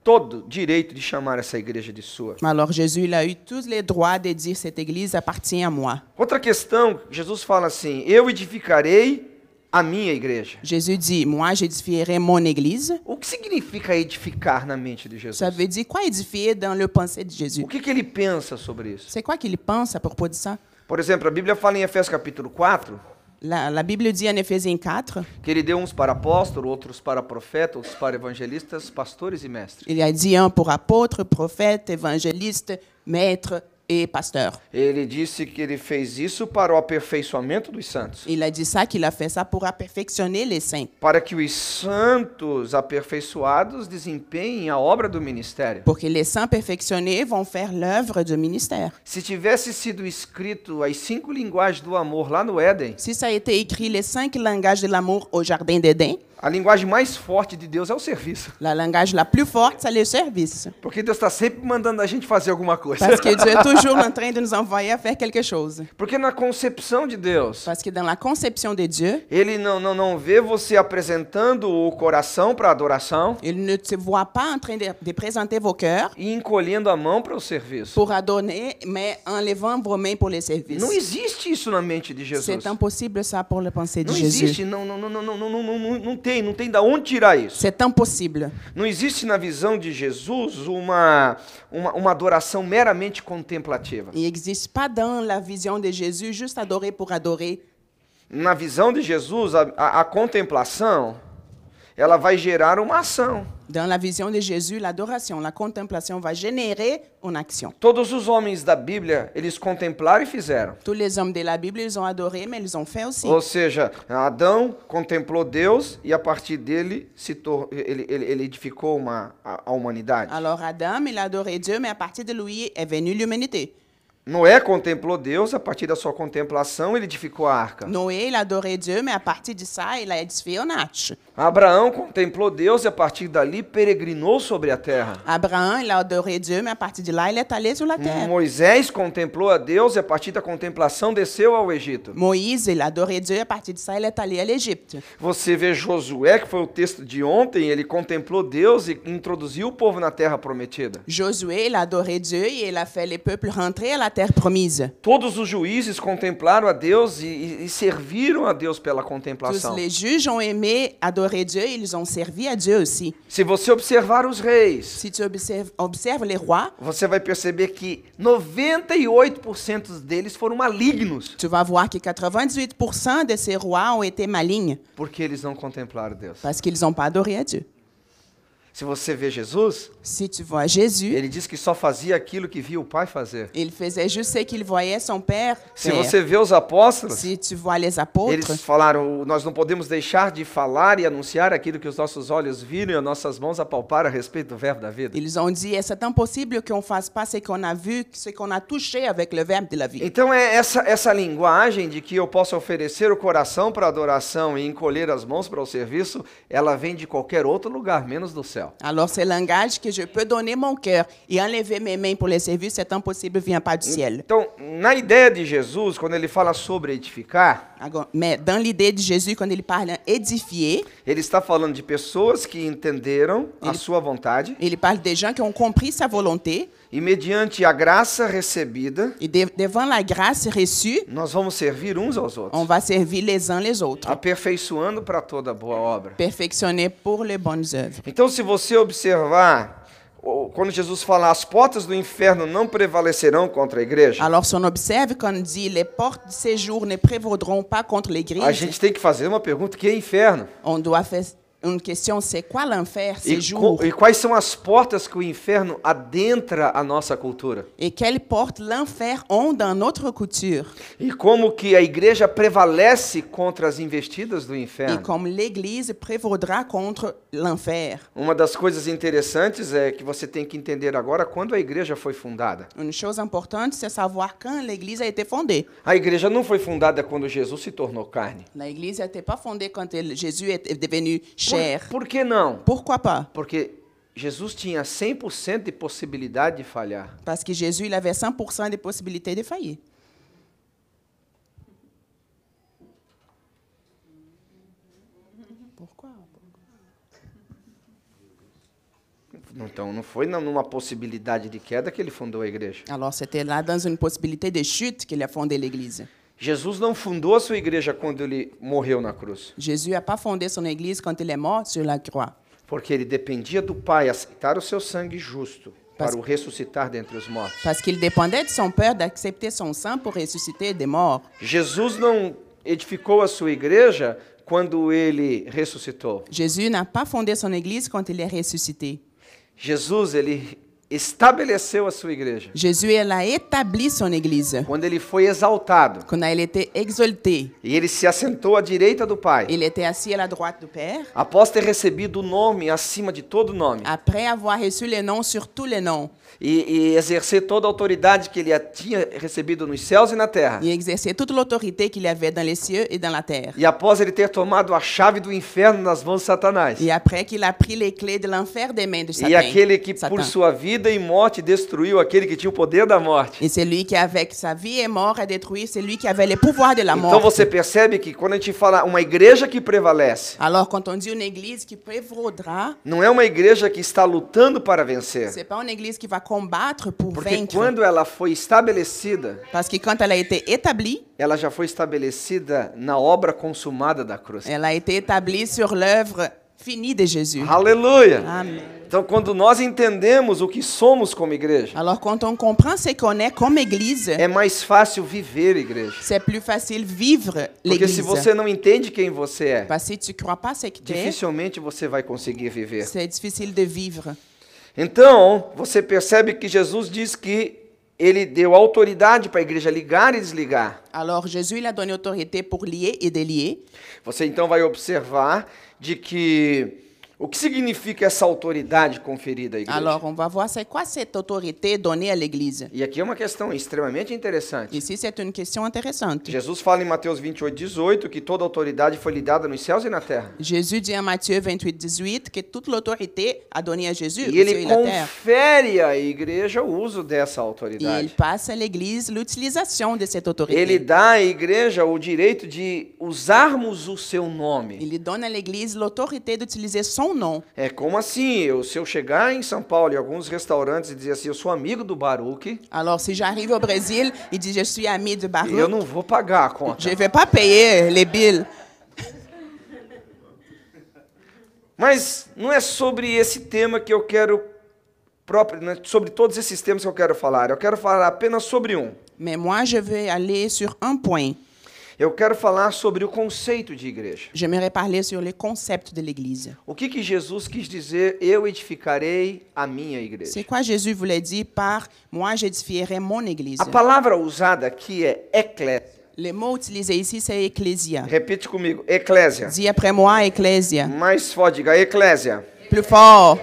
[SPEAKER 1] todo direito de chamar essa igreja de sua.
[SPEAKER 2] Alors Jésus, il a eu tous les droits de dire cette église appartient à moi.
[SPEAKER 1] Outra questão, Jesus fala assim: Eu edificarei a minha igreja.
[SPEAKER 2] Jésus dit, moi j'édifierai mon église.
[SPEAKER 1] O que significa edificar na mente de Jesus?
[SPEAKER 2] Ça veut dire quoi édifier dans le pensée de Jésus?
[SPEAKER 1] O que, que ele pensa sobre isso?
[SPEAKER 2] C'est quoi qu'il pense à propos de ça?
[SPEAKER 1] Por exemplo, a Bíblia fala em Efésios capítulo 4
[SPEAKER 2] La, la Bible dit en Éphésiens 4,
[SPEAKER 1] que ele deu uns para apóstolos, outros para profetas, outros para evangelistas, pastores e mestres.
[SPEAKER 2] il a dit un pour apôtre, prophète, évangéliste, maître et pasteur.
[SPEAKER 1] Ele disse que ele fez isso para o aperfeiçoamento dos santos.
[SPEAKER 2] Il a dit ça qu'il a fait ça pour perfectionner les saints,
[SPEAKER 1] Para que os santos aperfeiçoados desempenhem a obra do ministério.
[SPEAKER 2] pour que les saints perfectionnés vont faire l'œuvre de ministère.
[SPEAKER 1] Se tivesse sido escrito as cinco linguagens do amor lá no Éden,
[SPEAKER 2] Si ça a été écrit les cinq langages de l'amour au jardin d'Éden,
[SPEAKER 1] a linguagem mais forte de Deus é o serviço.
[SPEAKER 2] la langage la plus forte, c'est le service.
[SPEAKER 1] Porque Deus está sempre mandando a gente fazer alguma coisa.
[SPEAKER 2] Parce que Dieu est toujours en train de nous envoyer à faire quelque chose.
[SPEAKER 1] Porque na concepção de Deus,
[SPEAKER 2] Parce que dans la conception de Dieu,
[SPEAKER 1] Ele não, não, não vê você apresentando o coração para adoração
[SPEAKER 2] il ne te voit pas en train de, de présenter vos cœurs
[SPEAKER 1] e encolhendo a mão para o serviço.
[SPEAKER 2] pour adonner, mais enlevant vos mains pour les services.
[SPEAKER 1] Não existe isso na mente de Jesus.
[SPEAKER 2] C'est impossible ça pour le penser de
[SPEAKER 1] Não
[SPEAKER 2] Jésus.
[SPEAKER 1] existe, não, não, não, não, não, não, não, não, não tem, não tem da onde tirar isso.
[SPEAKER 2] C'est impossible.
[SPEAKER 1] Não existe na visão de Jesus uma, uma, uma adoração meramente contemplativa.
[SPEAKER 2] Il n'existe pas dans la vision de Jésus juste adorer pour adorer.
[SPEAKER 1] Na visão de Jesus, a, a, a contemplação, ela vai gerar uma ação.
[SPEAKER 2] Dans la vision de Jésus, l'adoration, la contemplation va générer une action.
[SPEAKER 1] Todos os homens da Bíblia, eles contemplaram e fizeram.
[SPEAKER 2] Tous les hommes de la Bible, ils ont adoré, mais ils ont fait aussi.
[SPEAKER 1] Ou seja, Adão contemplou Deus e a partir dele se tor- ele, ele, ele edificou uma, a, a humanidade.
[SPEAKER 2] Alors Adam, il a adoré Dieu, mais à partir de lui est venue l'humanité.
[SPEAKER 1] Noé contemplou Deus, a partir da sua contemplação ele edificou a arca.
[SPEAKER 2] Noé, il adorait Dieu, mais à partir de ça, il a édifié un arche.
[SPEAKER 1] Abraão contemplou Deus e a partir dali peregrinou sobre a terra.
[SPEAKER 2] Abraham, il a adoré Dieu, mais à partir de là, il est allé sur la terre.
[SPEAKER 1] Moisés contemplou a Deus e a partir da contemplação desceu ao Egito.
[SPEAKER 2] Moïse, il adorait Dieu, à partir de ça, il est allé à l'Égypte.
[SPEAKER 1] Você vê Josué, que foi o texto de ontem, ele contemplou Deus e introduziu o povo na terra prometida.
[SPEAKER 2] Josué, il adorait Dieu et il a fait les peuples rentrer à la terre promise.
[SPEAKER 1] Todos os juízes contemplaram a Deus e, e- e serviram a Deus pela
[SPEAKER 2] Tous
[SPEAKER 1] contemplação.
[SPEAKER 2] les juges ont aimé adorer Dieu et ils ont servi à Dieu aussi.
[SPEAKER 1] Se você observar os reis,
[SPEAKER 2] Si tu observes, observes les rois,
[SPEAKER 1] você vai perceber que 98% deles foram malignos,
[SPEAKER 2] tu vas voir que 98% de ces rois ont été malignes
[SPEAKER 1] porque eles não contemplaram Deus.
[SPEAKER 2] parce qu'ils n'ont pas adoré à Dieu.
[SPEAKER 1] Se você vê Jesus,
[SPEAKER 2] Si tu vois Jésus,
[SPEAKER 1] ele diz que só fazia aquilo que via o Pai fazer.
[SPEAKER 2] il faisait juste ce qu'il voyait son père.
[SPEAKER 1] Se
[SPEAKER 2] faire.
[SPEAKER 1] você vê os apóstolos,
[SPEAKER 2] Si tu vois les apôtres,
[SPEAKER 1] eles falaram: Nós não podemos deixar de falar e anunciar aquilo que os nossos olhos viram e as nossas mãos apalparam a respeito do verbo da vida.
[SPEAKER 2] ils ont dit, c'est impossible qu'on fasse pas ce qu'on a vu, ce qu'on a touché avec le verbe de la vie.
[SPEAKER 1] Então é essa, essa linguagem de que eu posso oferecer o coração para adoração e encolher as mãos para o serviço, ela vem de qualquer outro lugar, menos do céu.
[SPEAKER 2] Alors, c'est langage que je peux donner mon cœur et enlever mes mains pour les servir, c'est impossible, vient pas du ciel.
[SPEAKER 1] Então, na ideia de Jesus, quando ele fala sobre edificar,
[SPEAKER 2] Alors, Mais dans l'idée de Jésus, quand il parle édifier,
[SPEAKER 1] ele está falando de pessoas que entenderam a
[SPEAKER 2] Ele-
[SPEAKER 1] sua vontade
[SPEAKER 2] il parle des gens qui ont compris sa volonté
[SPEAKER 1] e, mediante a graça recebida,
[SPEAKER 2] et de- devant la grâce reçue,
[SPEAKER 1] nós vamos servir uns aos
[SPEAKER 2] on
[SPEAKER 1] outros,
[SPEAKER 2] va servir les uns les autres,
[SPEAKER 1] aperfeiçoando para toda boa obra.
[SPEAKER 2] perfectionnés pour les bonnes œuvres.
[SPEAKER 1] Então, se você observar, o- quando Jesus fala, as portas do inferno não prevalecerão contra a igreja.
[SPEAKER 2] Alors, si on observe qu'on dit les portes du séjour ne prévaudront pas contre les
[SPEAKER 1] A
[SPEAKER 2] grises,
[SPEAKER 1] gente tem que fazer uma pergunta: que é inferno?
[SPEAKER 2] On doit faire une question, c'est quoi l'enfer
[SPEAKER 1] E,
[SPEAKER 2] ces jours
[SPEAKER 1] co- e quais são as portas que o inferno adentra a nossa cultura?
[SPEAKER 2] et quelles portes l'enfer ont dans notre couture
[SPEAKER 1] E como que a igreja prevalece contra as investidas do
[SPEAKER 2] et
[SPEAKER 1] inferno?
[SPEAKER 2] comme l'Église prévaudra contre l'enfer.
[SPEAKER 1] Uma das coisas interessantes é que você tem que entender agora quando a igreja foi fundada.
[SPEAKER 2] Une chose importante, c'est savoir quand l'Église a été fondée.
[SPEAKER 1] A igreja não foi fundada quando Jesus se tornou carne.
[SPEAKER 2] L'Église n'était pas fondée quand elle- Jésus est devenu
[SPEAKER 1] Por,
[SPEAKER 2] chair.
[SPEAKER 1] por que não?
[SPEAKER 2] Pourquoi pas
[SPEAKER 1] Porque Jesus tinha 100% de possibilidade de falhar.
[SPEAKER 2] Parce que Jésus, il avait 100% des possibilités de faillir. Pourquoi
[SPEAKER 1] Então não foi na- numa possibilidade de queda que ele fundou a igreja.
[SPEAKER 2] Alors, c'était là dans une possibilité de chute qu'il a fondé l'Église.
[SPEAKER 1] Jesus não fundou a sua igreja quando ele morreu na cruz,
[SPEAKER 2] Jésus n'a pas fondé son Église quand il est mort sur la croix.
[SPEAKER 1] porque ele dependia do Pai aceitar o seu sangue justo para
[SPEAKER 2] Mas-
[SPEAKER 1] o ressuscitar dentre os mortos.
[SPEAKER 2] Parce qu'il dépendait de son Père d'accepter son sang pour ressusciter des morts.
[SPEAKER 1] Jesus não edificou a sua igreja quando ele ressuscitou.
[SPEAKER 2] Jésus n'a pas fondé son Église quand il est ressuscité.
[SPEAKER 1] Jesus ele estabeleceu a sua igreja.
[SPEAKER 2] Jésus, elle a établi son Église.
[SPEAKER 1] Quando ele foi exaltado
[SPEAKER 2] Quand elle était exaltée,
[SPEAKER 1] e ele se assentou à direita do Pai,
[SPEAKER 2] il était assis à la droite du Père.
[SPEAKER 1] após ter recebido o nome acima de todo nome
[SPEAKER 2] Après avoir reçu les noms sur tous les noms
[SPEAKER 1] e, e exercer toda a autoridade que ele a- tinha recebido nos céus e na terra,
[SPEAKER 2] et exercé toute l'autorité qu'il avait dans les cieux et dans la terre.
[SPEAKER 1] e após ele ter tomado a chave do inferno nas mãos de Satanás,
[SPEAKER 2] Et après qu'il a pris les clés de l'enfer des mains de Satan.
[SPEAKER 1] e aquele que
[SPEAKER 2] Satan.
[SPEAKER 1] por sua vida e morte destruiu aquele que tinha o poder da morte.
[SPEAKER 2] Et celui qui, avec sa vie et mort, a détruit celui qui avait le pouvoir de la mort.
[SPEAKER 1] Então você percebe que quando a gente fala uma igreja que prevalece,
[SPEAKER 2] Alors, quand on dit une église qui prévaudra,
[SPEAKER 1] não é uma igreja que está lutando para vencer.
[SPEAKER 2] c'est pas une église qui va combattre pour
[SPEAKER 1] Porque
[SPEAKER 2] vaincre.
[SPEAKER 1] quando ela foi estabelecida,
[SPEAKER 2] Parce que quand elle a été établie,
[SPEAKER 1] ela já foi estabelecida na obra consumada da cruz.
[SPEAKER 2] elle a été établie sur l'œuvre finie de Jésus.
[SPEAKER 1] Ah. Aleluia!
[SPEAKER 2] Amen.
[SPEAKER 1] Então, quando nós entendemos o que somos como igreja,
[SPEAKER 2] Alors, quand on comprend ce qu'on est comme église,
[SPEAKER 1] é mais fácil viver igreja.
[SPEAKER 2] c'est plus facile vivre
[SPEAKER 1] Porque se
[SPEAKER 2] l'église.
[SPEAKER 1] você não entende quem você é,
[SPEAKER 2] Parce que si tu crois pas ce que tu es,
[SPEAKER 1] dificilmente você vai conseguir viver.
[SPEAKER 2] c'est difficile de vivre.
[SPEAKER 1] Então, você percebe que Jesus diz que ele deu autoridade para a igreja ligar e desligar.
[SPEAKER 2] Alors, Jésus, il a donné autorité pour lier et délier.
[SPEAKER 1] Você então vai observar de que o que significa essa autoridade conferida à igreja.
[SPEAKER 2] Alors, on va voir c'est quoi cette autorité donnée à l'église.
[SPEAKER 1] E aqui é uma questão extremamente interessante.
[SPEAKER 2] Ici, c'est une question intéressante.
[SPEAKER 1] Jesus fala em Mateus 28, 18 que toda autoridade foi lhe dada nos céus e na terra.
[SPEAKER 2] Jésus dit en Matthieu 28, 18 que toute l'autorité a donnée à Jésus,
[SPEAKER 1] E ele
[SPEAKER 2] sur la terre.
[SPEAKER 1] confere à igreja o uso dessa
[SPEAKER 2] Et il
[SPEAKER 1] autoridade.
[SPEAKER 2] passe à l'Église l'utilisation de cette autorité.
[SPEAKER 1] Ele dá à igreja o direito de usarmos o seu nome.
[SPEAKER 2] Il donne à l'Église l'autorité d'utiliser son nom.
[SPEAKER 1] É como assim? Eu, se eu chegar em São Paulo em alguns restaurantes e dizer assim, eu sou amigo do Baruque,
[SPEAKER 2] Alors, si j'arrive au Brésil et dis je suis ami de Baruch,
[SPEAKER 1] eu não vou pagar a conta.
[SPEAKER 2] je ne vais pas payer les billes.
[SPEAKER 1] Mas não é sobre esse tema que eu quero próprio, né, sobre todos esses temas que eu quero falar. Eu quero falar apenas sobre um.
[SPEAKER 2] Mais moi, je vais aller sur un point.
[SPEAKER 1] Eu quero falar sobre o conceito de igreja.
[SPEAKER 2] J'aimerais parler sur les concepts de l'Église.
[SPEAKER 1] O que que Jesus quis dizer? Eu edificarei a minha igreja.
[SPEAKER 2] C'est quoi Jésus voulait dire par « moi, j'édifierai mon Église
[SPEAKER 1] A palavra usada aqui é eclésia. ».
[SPEAKER 2] Le mot utilisé ici, c'est « ecclésia
[SPEAKER 1] Repite comigo, eclésia. ».
[SPEAKER 2] Dis après moi « ecclésia
[SPEAKER 1] Mais forte, diga eclésia. ».
[SPEAKER 2] Plus fort.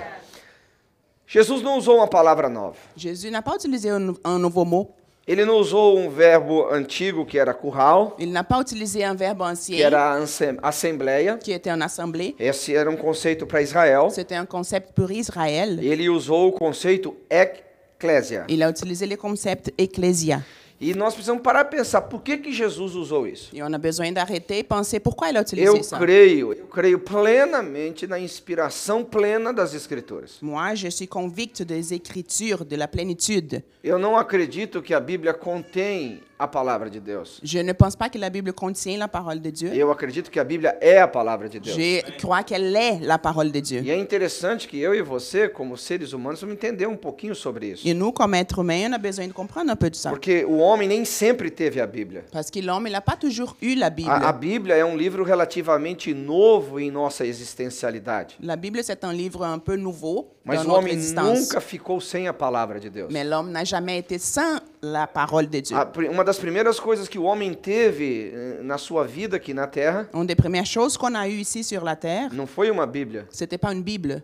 [SPEAKER 1] Jesus não usou uma palavra nova.
[SPEAKER 2] Jésus n'a pas utilisé un, un nouveau mot.
[SPEAKER 1] Ele não usou um verbo antigo que era curral,
[SPEAKER 2] Il n'a pas utilisé un verbe
[SPEAKER 1] que
[SPEAKER 2] ancien
[SPEAKER 1] era ansem- assembleia.
[SPEAKER 2] qui était en assemblée.
[SPEAKER 1] Esse era um conceito para Israel.
[SPEAKER 2] C'était un concept pour Israël.
[SPEAKER 1] Ele usou o conceito eclésia.
[SPEAKER 2] Il a utilisé le concept ecclésia.
[SPEAKER 1] E nós precisamos parar para pensar por que, que Jesus usou isso.
[SPEAKER 2] Et on a besoin d'arrêter et penser pourquoi il a utilisé
[SPEAKER 1] Eu
[SPEAKER 2] ça.
[SPEAKER 1] creio, eu creio plenamente na inspiração plena das Escrituras.
[SPEAKER 2] Moi, je suis convicte des Écritures, de la plénitude.
[SPEAKER 1] Eu não acredito que a Bíblia contém a palavra de Deus.
[SPEAKER 2] Je ne pense pas que la Bible contient la parole de Dieu.
[SPEAKER 1] Eu acredito que a Bíblia é a palavra de Deus.
[SPEAKER 2] Je crois qu'elle est la parole de Dieu.
[SPEAKER 1] E é interessante que eu e você, como seres humanos, vamos entender um pouquinho sobre isso.
[SPEAKER 2] Et nous, comme êtres humains, on a besoin de comprendre un peu de ça.
[SPEAKER 1] Porque o homem nem sempre teve a Bíblia.
[SPEAKER 2] Parce que l'homme, il n'a pas toujours eu la Bible.
[SPEAKER 1] A, a Bíblia é um livro relativamente novo em nossa existencialidade.
[SPEAKER 2] La Bible, c'est un livre un peu nouveau
[SPEAKER 1] Mas
[SPEAKER 2] dans
[SPEAKER 1] o
[SPEAKER 2] notre
[SPEAKER 1] homem
[SPEAKER 2] existence.
[SPEAKER 1] nunca ficou sem a palavra de Deus.
[SPEAKER 2] Mais l'homme n'a jamais été sans la parole de Dieu.
[SPEAKER 1] A pri- uma das primeiras coisas que o homem teve eh, na sua vida aqui na Terra
[SPEAKER 2] Une des premières choses qu'on a eues ici sur la terre,
[SPEAKER 1] não foi uma Bíblia.
[SPEAKER 2] c'était pas une Bible.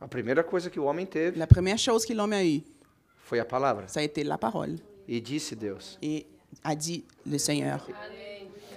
[SPEAKER 1] A primeira coisa que o homem teve
[SPEAKER 2] La première chose que l'homme a eue,
[SPEAKER 1] foi a palavra.
[SPEAKER 2] ça a été la parole.
[SPEAKER 1] E disse Deus.
[SPEAKER 2] Et a dit le Seigneur.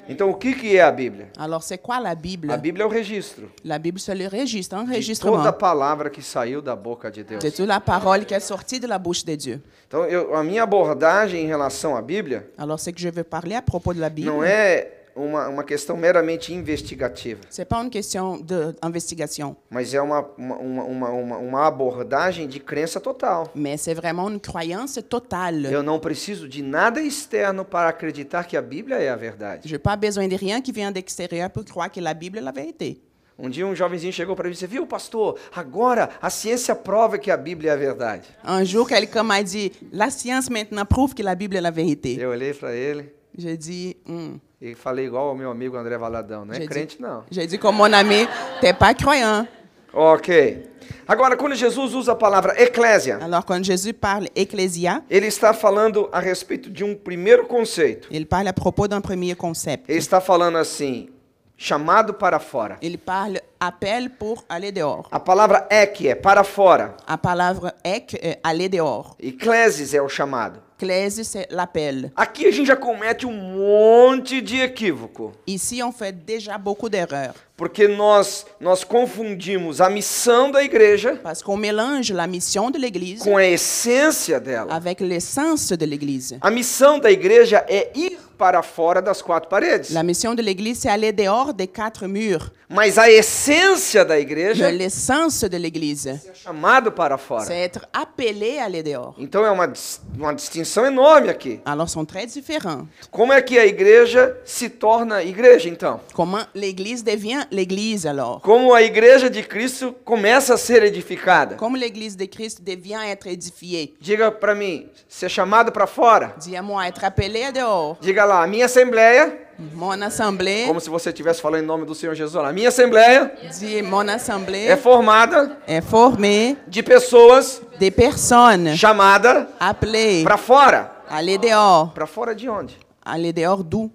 [SPEAKER 1] Então, o que, que é a Bíblia?
[SPEAKER 2] Alors, c'est quoi la Bible?
[SPEAKER 1] A Bíblia é o registro
[SPEAKER 2] La Bible, c'est le registre, hein,
[SPEAKER 1] de toda a
[SPEAKER 2] enregistrement.
[SPEAKER 1] palavra que saiu da boca de Deus.
[SPEAKER 2] C'est toute la parole qui est sortie de la bouche de Dieu.
[SPEAKER 1] Então, eu, a minha abordagem em relação à Bíblia
[SPEAKER 2] Alors, ce que je veux parler à propos de la Bible,
[SPEAKER 1] não é uma, uma questão meramente investigativa,
[SPEAKER 2] c'est pas une question d'investigation,
[SPEAKER 1] mas é uma, uma, uma- uma, uma, uma abordagem de crença total.
[SPEAKER 2] mais c'est vraiment une croyance totale.
[SPEAKER 1] Eu não preciso de nada externo para acreditar que a Bíblia é a verdade.
[SPEAKER 2] Je n'ai pas besoin de rien qui vient d'extérieur pour croire que la Bible est la vérité.
[SPEAKER 1] Um dia um jovenzinho chegou para mim e disse: "Viu, pastor? Agora a ciência prova que a Bíblia é a verdade."
[SPEAKER 2] Un jour, quelqu'un m'a dit, la science maintenant prouve que la Bible est la vérité.
[SPEAKER 1] Eu olhei para ele
[SPEAKER 2] Je dis, Hmm,
[SPEAKER 1] E falei igual ao meu amigo André Valadão, não é
[SPEAKER 2] Gente.
[SPEAKER 1] crente não.
[SPEAKER 2] J'ai dit comme mon ami, t'es pas croyant.
[SPEAKER 1] Ok. Agora, quando Jesus usa a palavra eclésia,
[SPEAKER 2] Alors quand Jésus parle ecclésia,
[SPEAKER 1] ele está falando a respeito de um primeiro conceito.
[SPEAKER 2] il parle à propos d'un premier concept.
[SPEAKER 1] Ele está falando assim, chamado para fora.
[SPEAKER 2] Il parle appel pour aller dehors.
[SPEAKER 1] A palavra ek é para fora.
[SPEAKER 2] La palavre ek, euh, aller dehors.
[SPEAKER 1] Eclésis é o chamado.
[SPEAKER 2] Ecclésie, c'est l'appel.
[SPEAKER 1] Aqui a gente já comete um monte de equívoco,
[SPEAKER 2] Ici, on fait déjà beaucoup d'erreurs
[SPEAKER 1] porque nós nós confundimos a missão da igreja
[SPEAKER 2] parce qu'on mélange la mission de l'Église
[SPEAKER 1] com a essência dela.
[SPEAKER 2] avec l'essence de l'Église.
[SPEAKER 1] A missão da igreja é ir para fora das quatro paredes.
[SPEAKER 2] La mission de l'Église, c'est aller dehors des quatre murs.
[SPEAKER 1] Mas a essência da
[SPEAKER 2] Mais
[SPEAKER 1] igreja
[SPEAKER 2] L'essence de l'Église,
[SPEAKER 1] é chamado para
[SPEAKER 2] c'est
[SPEAKER 1] fora.
[SPEAKER 2] être appelé à aller dehors.
[SPEAKER 1] Então é uma, dis- uma distinção enorme aqui.
[SPEAKER 2] Alors, ils sont très différents.
[SPEAKER 1] Como é que a igreja se torna igreja, então?
[SPEAKER 2] Comment l'Église devient l'Église alors?
[SPEAKER 1] Como a igreja de Cristo começa a ser edificada?
[SPEAKER 2] Comme l'Église de Christ devient être édifiée?
[SPEAKER 1] Diga para mim, ser chamado para fora?
[SPEAKER 2] Dis à moi, être appelé à dehors.
[SPEAKER 1] Diga lá, a minha assembleia,
[SPEAKER 2] Mon assemblée,
[SPEAKER 1] como se você estivesse falando em nome do Senhor Jesus, lá, a minha assembleia
[SPEAKER 2] dis mon assemblée
[SPEAKER 1] é formada
[SPEAKER 2] est formée
[SPEAKER 1] de pessoas
[SPEAKER 2] des personnes
[SPEAKER 1] chamadas
[SPEAKER 2] appelées
[SPEAKER 1] para fora.
[SPEAKER 2] aller dehors.
[SPEAKER 1] Para fora de onde?
[SPEAKER 2] Aller dehors d'où?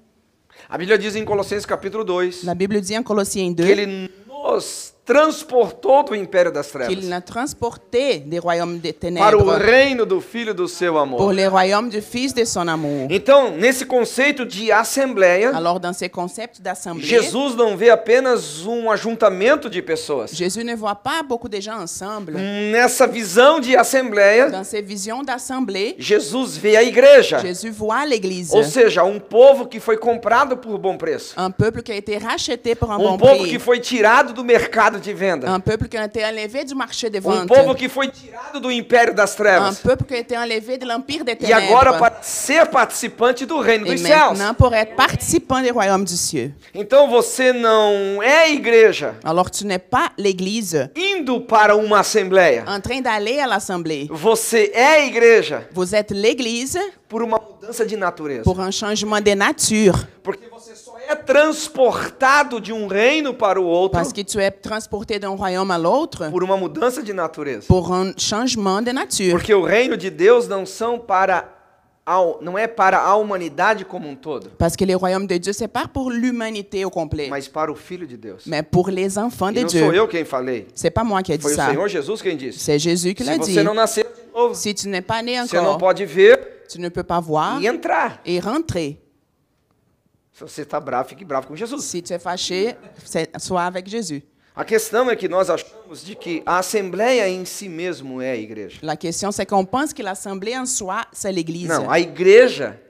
[SPEAKER 1] A Bíblia diz em Colossenses capítulo 2
[SPEAKER 2] La Bible dit en Colossiens
[SPEAKER 1] que
[SPEAKER 2] 2
[SPEAKER 1] ele nos transportou do império das
[SPEAKER 2] qu'il
[SPEAKER 1] trevas
[SPEAKER 2] l'a transporté des royaumes des
[SPEAKER 1] para o
[SPEAKER 2] ténèbres
[SPEAKER 1] reino do filho do seu
[SPEAKER 2] pour
[SPEAKER 1] amor.
[SPEAKER 2] les royaumes du Fils de son amour.
[SPEAKER 1] Então, nesse conceito de assembleia,
[SPEAKER 2] Alors, dans ces concepts d'assemblée,
[SPEAKER 1] Jesus não vê apenas um ajuntamento de pessoas.
[SPEAKER 2] Jésus ne voit pas beaucoup de gens ensemble.
[SPEAKER 1] Nessa visão de assembleia,
[SPEAKER 2] Dans ces visions d'assemblée,
[SPEAKER 1] Jesus vê a igreja,
[SPEAKER 2] Jésus voit l'Église,
[SPEAKER 1] ou seja, um povo que foi comprado por bom preço,
[SPEAKER 2] un peuple qui a été racheté pour un
[SPEAKER 1] um
[SPEAKER 2] bon
[SPEAKER 1] povo que
[SPEAKER 2] prix,
[SPEAKER 1] foi tirado do mercado de venda,
[SPEAKER 2] un peuple qui a été enlevé du marché des
[SPEAKER 1] um
[SPEAKER 2] ventes,
[SPEAKER 1] povo que foi tirado do império das
[SPEAKER 2] un
[SPEAKER 1] trevas.
[SPEAKER 2] peuple qui a été enlevé de l'empire des
[SPEAKER 1] E agora
[SPEAKER 2] ténèbres.
[SPEAKER 1] para ser participante do reino
[SPEAKER 2] Et
[SPEAKER 1] dos céus.
[SPEAKER 2] maintenant, pour être participant des royaumes du ciel.
[SPEAKER 1] Então você não é igreja
[SPEAKER 2] Alors, tu n'es pas l'Église
[SPEAKER 1] indo para uma assembleia.
[SPEAKER 2] en train d'aller à l'assemblée.
[SPEAKER 1] Você é igreja
[SPEAKER 2] Vous êtes l'Église
[SPEAKER 1] por uma mudança de natureza.
[SPEAKER 2] pour un changement de nature,
[SPEAKER 1] Porque você só é transportado de um reino para o outro
[SPEAKER 2] parce que tu es transporté d'un royaume à l'autre
[SPEAKER 1] por uma mudança de natureza.
[SPEAKER 2] pour un changement de nature.
[SPEAKER 1] Porque o reino de Deus não são para a, não é para a humanidade como um todo,
[SPEAKER 2] Parce que les royaumes de Dieu, c'est pas pour l'humanité au complet,
[SPEAKER 1] mas para o filho de Deus.
[SPEAKER 2] mais pour les enfants
[SPEAKER 1] E
[SPEAKER 2] de
[SPEAKER 1] não sou
[SPEAKER 2] Dieu.
[SPEAKER 1] eu quem falei,
[SPEAKER 2] C'est pas moi qui ai dit
[SPEAKER 1] foi o
[SPEAKER 2] ça.
[SPEAKER 1] Senhor Jesus quem disse.
[SPEAKER 2] C'est Jésus qui
[SPEAKER 1] Se
[SPEAKER 2] l'a dit.
[SPEAKER 1] você não nascer de novo,
[SPEAKER 2] Si tu n'es pas né
[SPEAKER 1] você não
[SPEAKER 2] encore,
[SPEAKER 1] pode ver
[SPEAKER 2] tu ne peux pas voir
[SPEAKER 1] e entrar.
[SPEAKER 2] et rentrer.
[SPEAKER 1] Se você está bravo, fique bravo com Jesus.
[SPEAKER 2] Si tu es fâché, c'est- sois avec Jésus.
[SPEAKER 1] A questão é que nós achamos de que a assembleia em si mesmo é a igreja.
[SPEAKER 2] La question, c'est qu'on pense que l'assemblée en soi, c'est l'Église.
[SPEAKER 1] Não, a igreja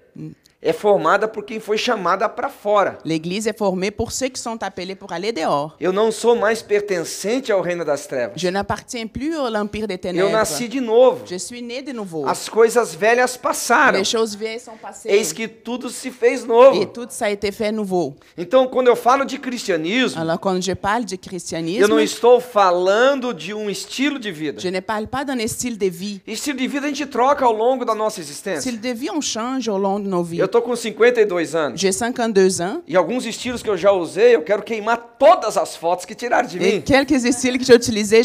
[SPEAKER 1] é formada por quem foi chamada para fora.
[SPEAKER 2] L'Église est formée pour ceux qui sont appelés pour aller dehors.
[SPEAKER 1] Eu não sou mais pertencente ao reino das trevas.
[SPEAKER 2] Je n'appartiens plus à l'empire des
[SPEAKER 1] Eu
[SPEAKER 2] ténèbres.
[SPEAKER 1] nasci de novo.
[SPEAKER 2] Je suis né de nouveau.
[SPEAKER 1] As coisas velhas passaram.
[SPEAKER 2] Les choses vieilles sont passées.
[SPEAKER 1] Eis que tudo se fez
[SPEAKER 2] Et
[SPEAKER 1] novo.
[SPEAKER 2] tout ça a été fait nouveau.
[SPEAKER 1] Então, quando eu falo de cristianismo,
[SPEAKER 2] Alors, quand je parle du
[SPEAKER 1] eu
[SPEAKER 2] christianisme,
[SPEAKER 1] não estou falando de um estilo de vida.
[SPEAKER 2] je ne parle pas d'un style de vie.
[SPEAKER 1] Estilo de vida a gente troca ao longo da nossa existência.
[SPEAKER 2] Style de vie, on change au long de nos vies.
[SPEAKER 1] Eu tô com 52 anos.
[SPEAKER 2] J'ai 52 ans.
[SPEAKER 1] E alguns estilos que eu já usei, eu quero queimar todas as fotos que tiraram de
[SPEAKER 2] Et
[SPEAKER 1] mim.
[SPEAKER 2] quelques styles que j'ai utilisés,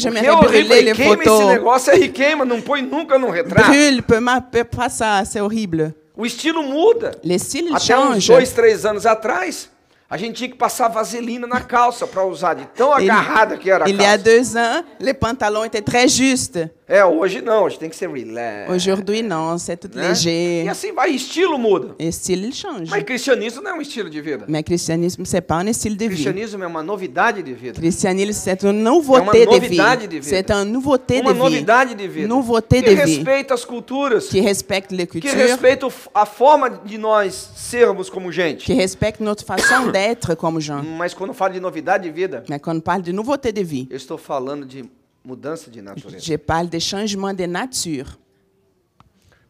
[SPEAKER 1] Porque
[SPEAKER 2] j'aimerais
[SPEAKER 1] é horrível,
[SPEAKER 2] brûler
[SPEAKER 1] e
[SPEAKER 2] les
[SPEAKER 1] queima esse
[SPEAKER 2] photos.
[SPEAKER 1] negócio aí, queima, não põe nunca num retrato.
[SPEAKER 2] Brûle, peu ma- peu- pas ça, c'est horrible.
[SPEAKER 1] O estilo muda.
[SPEAKER 2] Les styles ils
[SPEAKER 1] Até uns
[SPEAKER 2] changent.
[SPEAKER 1] dois, três anos atrás, a gente tinha que passar vaselina na calça pra usar, de tão
[SPEAKER 2] Il,
[SPEAKER 1] agarrada que era a
[SPEAKER 2] il y a
[SPEAKER 1] calça.
[SPEAKER 2] deux ans, les pantalons étaient très justes.
[SPEAKER 1] É, hoje não, hoje tem que ser relax.
[SPEAKER 2] Aujourd'hui, non, c'est tout
[SPEAKER 1] né?
[SPEAKER 2] léger.
[SPEAKER 1] E assim vai, estilo muda.
[SPEAKER 2] Et style, il change.
[SPEAKER 1] Mas cristianismo não é um estilo de vida.
[SPEAKER 2] Mais christianisme, c'est pas un style de vie.
[SPEAKER 1] Cristianismo é uma novidade de vida.
[SPEAKER 2] Christianisme, c'est une
[SPEAKER 1] É
[SPEAKER 2] nouveauté
[SPEAKER 1] uma
[SPEAKER 2] de
[SPEAKER 1] novidade de
[SPEAKER 2] vie.
[SPEAKER 1] vida.
[SPEAKER 2] C'est une nouveauté
[SPEAKER 1] Uma
[SPEAKER 2] de vie
[SPEAKER 1] novidade de vida.
[SPEAKER 2] Nouveauté
[SPEAKER 1] que
[SPEAKER 2] de vie.
[SPEAKER 1] respeita as culturas.
[SPEAKER 2] qui respecte les
[SPEAKER 1] que
[SPEAKER 2] cultures,
[SPEAKER 1] respeita o f- a forma de nós sermos como gente.
[SPEAKER 2] qui respecte notre façon d'être comme gens.
[SPEAKER 1] Mas quando eu falo de novidade de vida,
[SPEAKER 2] Mais quand on parle de nouveauté de vie,
[SPEAKER 1] eu estou falando de mudança de natureza.
[SPEAKER 2] je parle de changement de nature.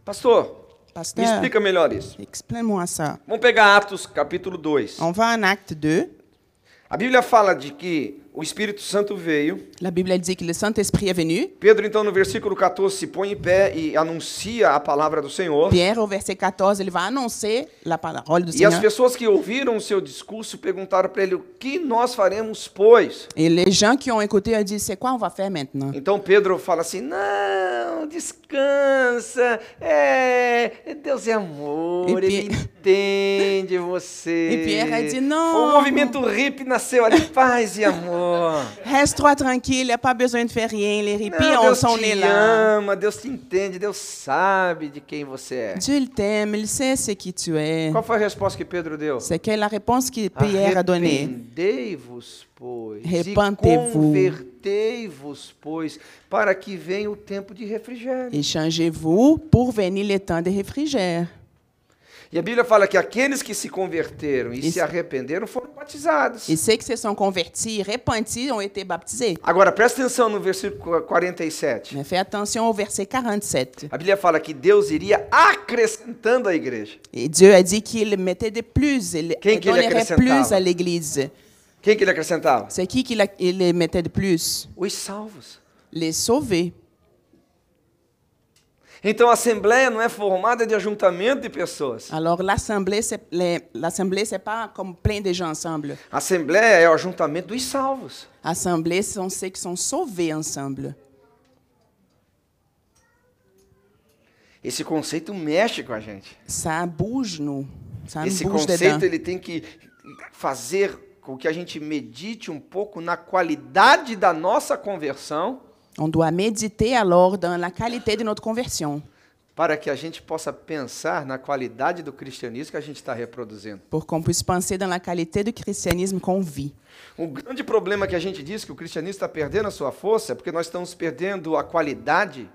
[SPEAKER 1] Pastor, me
[SPEAKER 2] Pasteur,
[SPEAKER 1] explica melhor isso.
[SPEAKER 2] explique-moi ça.
[SPEAKER 1] Vamos pegar Atos capítulo 2.
[SPEAKER 2] On va en acte 2.
[SPEAKER 1] A Bíblia fala de que O Espírito Santo veio.
[SPEAKER 2] La Bible elle dit que le Saint-Esprit est venu.
[SPEAKER 1] Pedro, então, no versículo 14, se põe em pé e anuncia a palavra do Senhor.
[SPEAKER 2] Pierre, au verset 14, il va annoncer la parole du
[SPEAKER 1] E as
[SPEAKER 2] Seigneur.
[SPEAKER 1] pessoas que ouviram o seu discurso perguntaram para ele: O que nós faremos, pois?
[SPEAKER 2] Et les gens qui ont écouté ont dit, c'est quoi on va faire maintenant?
[SPEAKER 1] Então Pedro fala assim: Não, descansa. É, Deus é amor,
[SPEAKER 2] E
[SPEAKER 1] ele
[SPEAKER 2] Pi-
[SPEAKER 1] entende você.
[SPEAKER 2] E Pierre diz,
[SPEAKER 1] O
[SPEAKER 2] "Não."
[SPEAKER 1] movimento hippie nasceu ali, paz e amor.
[SPEAKER 2] Reste-toi tranquille, il n'y a pas besoin de faire rien. Les
[SPEAKER 1] Não,
[SPEAKER 2] ripis, on
[SPEAKER 1] Deus
[SPEAKER 2] s'en est
[SPEAKER 1] te
[SPEAKER 2] là.
[SPEAKER 1] ama, Deus te entende, Deus sabe de quem você é.
[SPEAKER 2] Dieu il t'aime, il sait ce qui tu es.
[SPEAKER 1] Qual foi a resposta que Pedro deu?
[SPEAKER 2] C'est quelle la réponse que Pierre a donnée.
[SPEAKER 1] Arrependei-vos, pois, e
[SPEAKER 2] Repentez-vous.
[SPEAKER 1] convertei-vos, pois, para que venha o tempo de refrigério.
[SPEAKER 2] Échangez-vous pour venir le temps des réfrigères.
[SPEAKER 1] E a Bíblia fala que aqueles que se converteram e se
[SPEAKER 2] Isso.
[SPEAKER 1] arrependeram foram batizados.
[SPEAKER 2] Et ceux qui se sont convertis, repentis, ont été baptisés.
[SPEAKER 1] Agora, presta atenção no versículo 47.
[SPEAKER 2] Mais fais attention au verset 47.
[SPEAKER 1] A Bíblia fala que Deus iria acrescentando à igreja.
[SPEAKER 2] Et Dieu a dit qu'il mettait de plus, il
[SPEAKER 1] Quem que ele
[SPEAKER 2] donnerait
[SPEAKER 1] acrescentava?
[SPEAKER 2] plus à l'Église.
[SPEAKER 1] Quem que ele acrescentava?
[SPEAKER 2] C'est qui qu'il a- il les mettait de plus?
[SPEAKER 1] Os salvos.
[SPEAKER 2] Les sauvés.
[SPEAKER 1] Então a assembleia não é formada de ajuntamento de pessoas.
[SPEAKER 2] Alors l'assemblée, c'est les- l'assemblée, c'est pas comme plein de gens ensemble.
[SPEAKER 1] A assembleia é o ajuntamento dos salvos.
[SPEAKER 2] Assemblée, ce sont ceux qui sont sauvés ensemble.
[SPEAKER 1] Esse conceito mexe com a gente.
[SPEAKER 2] Ça bouge nous, ça
[SPEAKER 1] Esse
[SPEAKER 2] nous bouge dedans.
[SPEAKER 1] conceito ele tem que fazer com que a gente medite um pouco na qualidade da nossa conversão,
[SPEAKER 2] On doit méditer alors dans la qualité de notre conversion
[SPEAKER 1] para que a gente possa pensar na qualidade do cristianismo que a gente está reproduzindo.
[SPEAKER 2] pour qu'on puisse penser dans la qualité du christianisme qu'on vit.
[SPEAKER 1] O grande problema que a gente diz que o cristianismo está perdendo a sua força é porque nós estamos perdendo a qualidade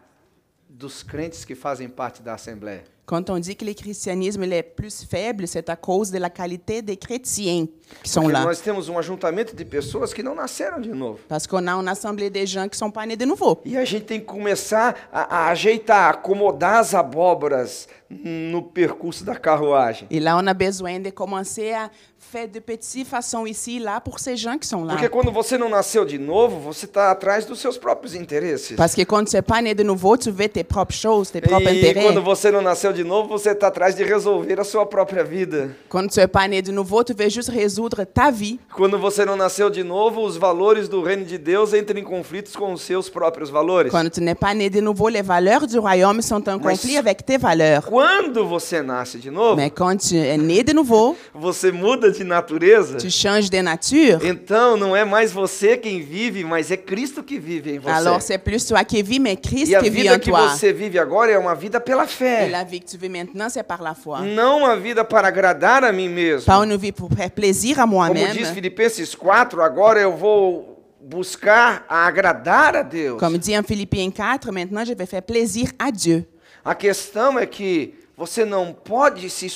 [SPEAKER 1] dos crentes que fazem parte da Assembleia.
[SPEAKER 2] Quand on dit que le christianisme il est plus faible, c'est à cause de la qualité des chrétiens qui sont
[SPEAKER 1] Porque
[SPEAKER 2] là.
[SPEAKER 1] nós temos um ajuntamento de pessoas que não nasceram de novo.
[SPEAKER 2] Parce qu'on a une assemblée des gens qui sont pas nés de nouveau.
[SPEAKER 1] E a gente tem que começar a, a ajeitar, acomodar as abóboras no percurso da carruagem.
[SPEAKER 2] Et là, on a besoin de commencer à faire de petites façons ici et là pour ces gens qui sont là.
[SPEAKER 1] Porque quando você não nasceu de novo, você está atrás dos seus próprios interesses.
[SPEAKER 2] Parce que quand tu n'es pas né de nouveau, tu veux tes propres choses, tes propres
[SPEAKER 1] E
[SPEAKER 2] intérêts.
[SPEAKER 1] quando você não nasceu de novo, você está atrás de resolver a sua própria vida.
[SPEAKER 2] Quand tu n'es pas né de nouveau, tu veux juste résoudre ta vie.
[SPEAKER 1] Quando você não nasceu de novo, os valores do reino de Deus entram em conflitos com os seus próprios valores.
[SPEAKER 2] Quand tu n'es pas né de nouveau, les valeurs du royaume sont en
[SPEAKER 1] Mas-
[SPEAKER 2] conflit avec tes valeurs.
[SPEAKER 1] Quando você nasce de novo,
[SPEAKER 2] Mais quand tu es né de nouveau,
[SPEAKER 1] você muda de natureza.
[SPEAKER 2] tu changes de nature.
[SPEAKER 1] Então não é mais você quem vive, mas é Cristo que vive em você.
[SPEAKER 2] Alors c'est plus toi qui vis, mais Christ
[SPEAKER 1] E a
[SPEAKER 2] qui vit en
[SPEAKER 1] vida que
[SPEAKER 2] toi.
[SPEAKER 1] você vive agora é uma vida pela
[SPEAKER 2] Et
[SPEAKER 1] fé.
[SPEAKER 2] la vie que tu vis maintenant, c'est par la foi.
[SPEAKER 1] Não uma vida para agradar a mim mesmo.
[SPEAKER 2] Pas une vie pour faire plaisir à
[SPEAKER 1] Como diz
[SPEAKER 2] moi-même.
[SPEAKER 1] Filipenses 4, agora eu vou buscar a agradar a Deus.
[SPEAKER 2] Comme dit en Philippiens 4, maintenant je vais faire plaisir à Dieu.
[SPEAKER 1] A questão é que você não pode se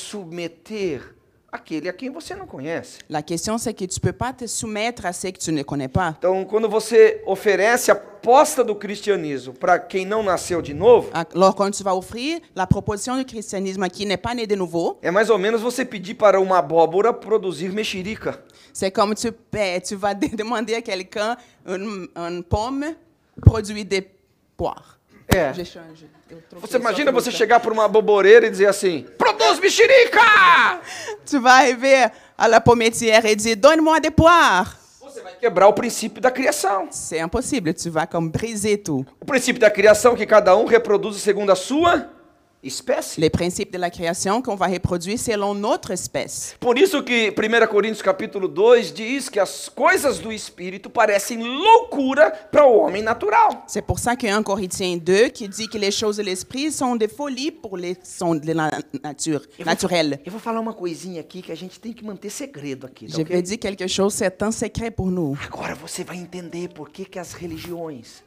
[SPEAKER 1] submeter àquele a quem você não conhece.
[SPEAKER 2] La question, c'est que tu peux pas te soumettre à ce que tu ne connais pas.
[SPEAKER 1] Então, quando você oferece a proposta do cristianismo para quem não nasceu de novo,
[SPEAKER 2] Alors, quand tu vas offrir la proposition du christianisme à qui n'est pas né de nouveau,
[SPEAKER 1] é mais ou menos você pedir para uma abóbora produzir mexerica.
[SPEAKER 2] c'est comme tu, eh, tu vas de- demander à quelqu'un une, une pomme produit des poires.
[SPEAKER 1] É.
[SPEAKER 2] J'ai changé. Eu troquei
[SPEAKER 1] Você
[SPEAKER 2] só
[SPEAKER 1] imagina
[SPEAKER 2] pour
[SPEAKER 1] você
[SPEAKER 2] ça.
[SPEAKER 1] chegar para uma boboreira e dizer assim: produz mexerica!
[SPEAKER 2] Tu vas arriver à la pommetière et dire Donne-moi des poires.
[SPEAKER 1] Você vai quebrar o princípio da criação.
[SPEAKER 2] C'est impossible. Tu vas comme briser tout.
[SPEAKER 1] O princípio da criação é que cada um reproduz segundo a sua espécie.
[SPEAKER 2] Les principes de la création qu'on va reproduire selon notre espèce.
[SPEAKER 1] Por isso que 1 Coríntios capítulo 2 diz que as coisas do espírito parecem loucura para o homem natural.
[SPEAKER 2] C'est pour ça qu'il y a un Corinthiens 2 qui dit que les choses de l'esprit sont des folies pour les sont de la nature naturelle.
[SPEAKER 1] Eu vou falar uma coisinha aqui que a gente tem que manter segredo aqui, tá
[SPEAKER 2] Je
[SPEAKER 1] ok?
[SPEAKER 2] vais dire quelque chose, c'est un secret pour nous.
[SPEAKER 1] Agora você vai entender por que, que as religiões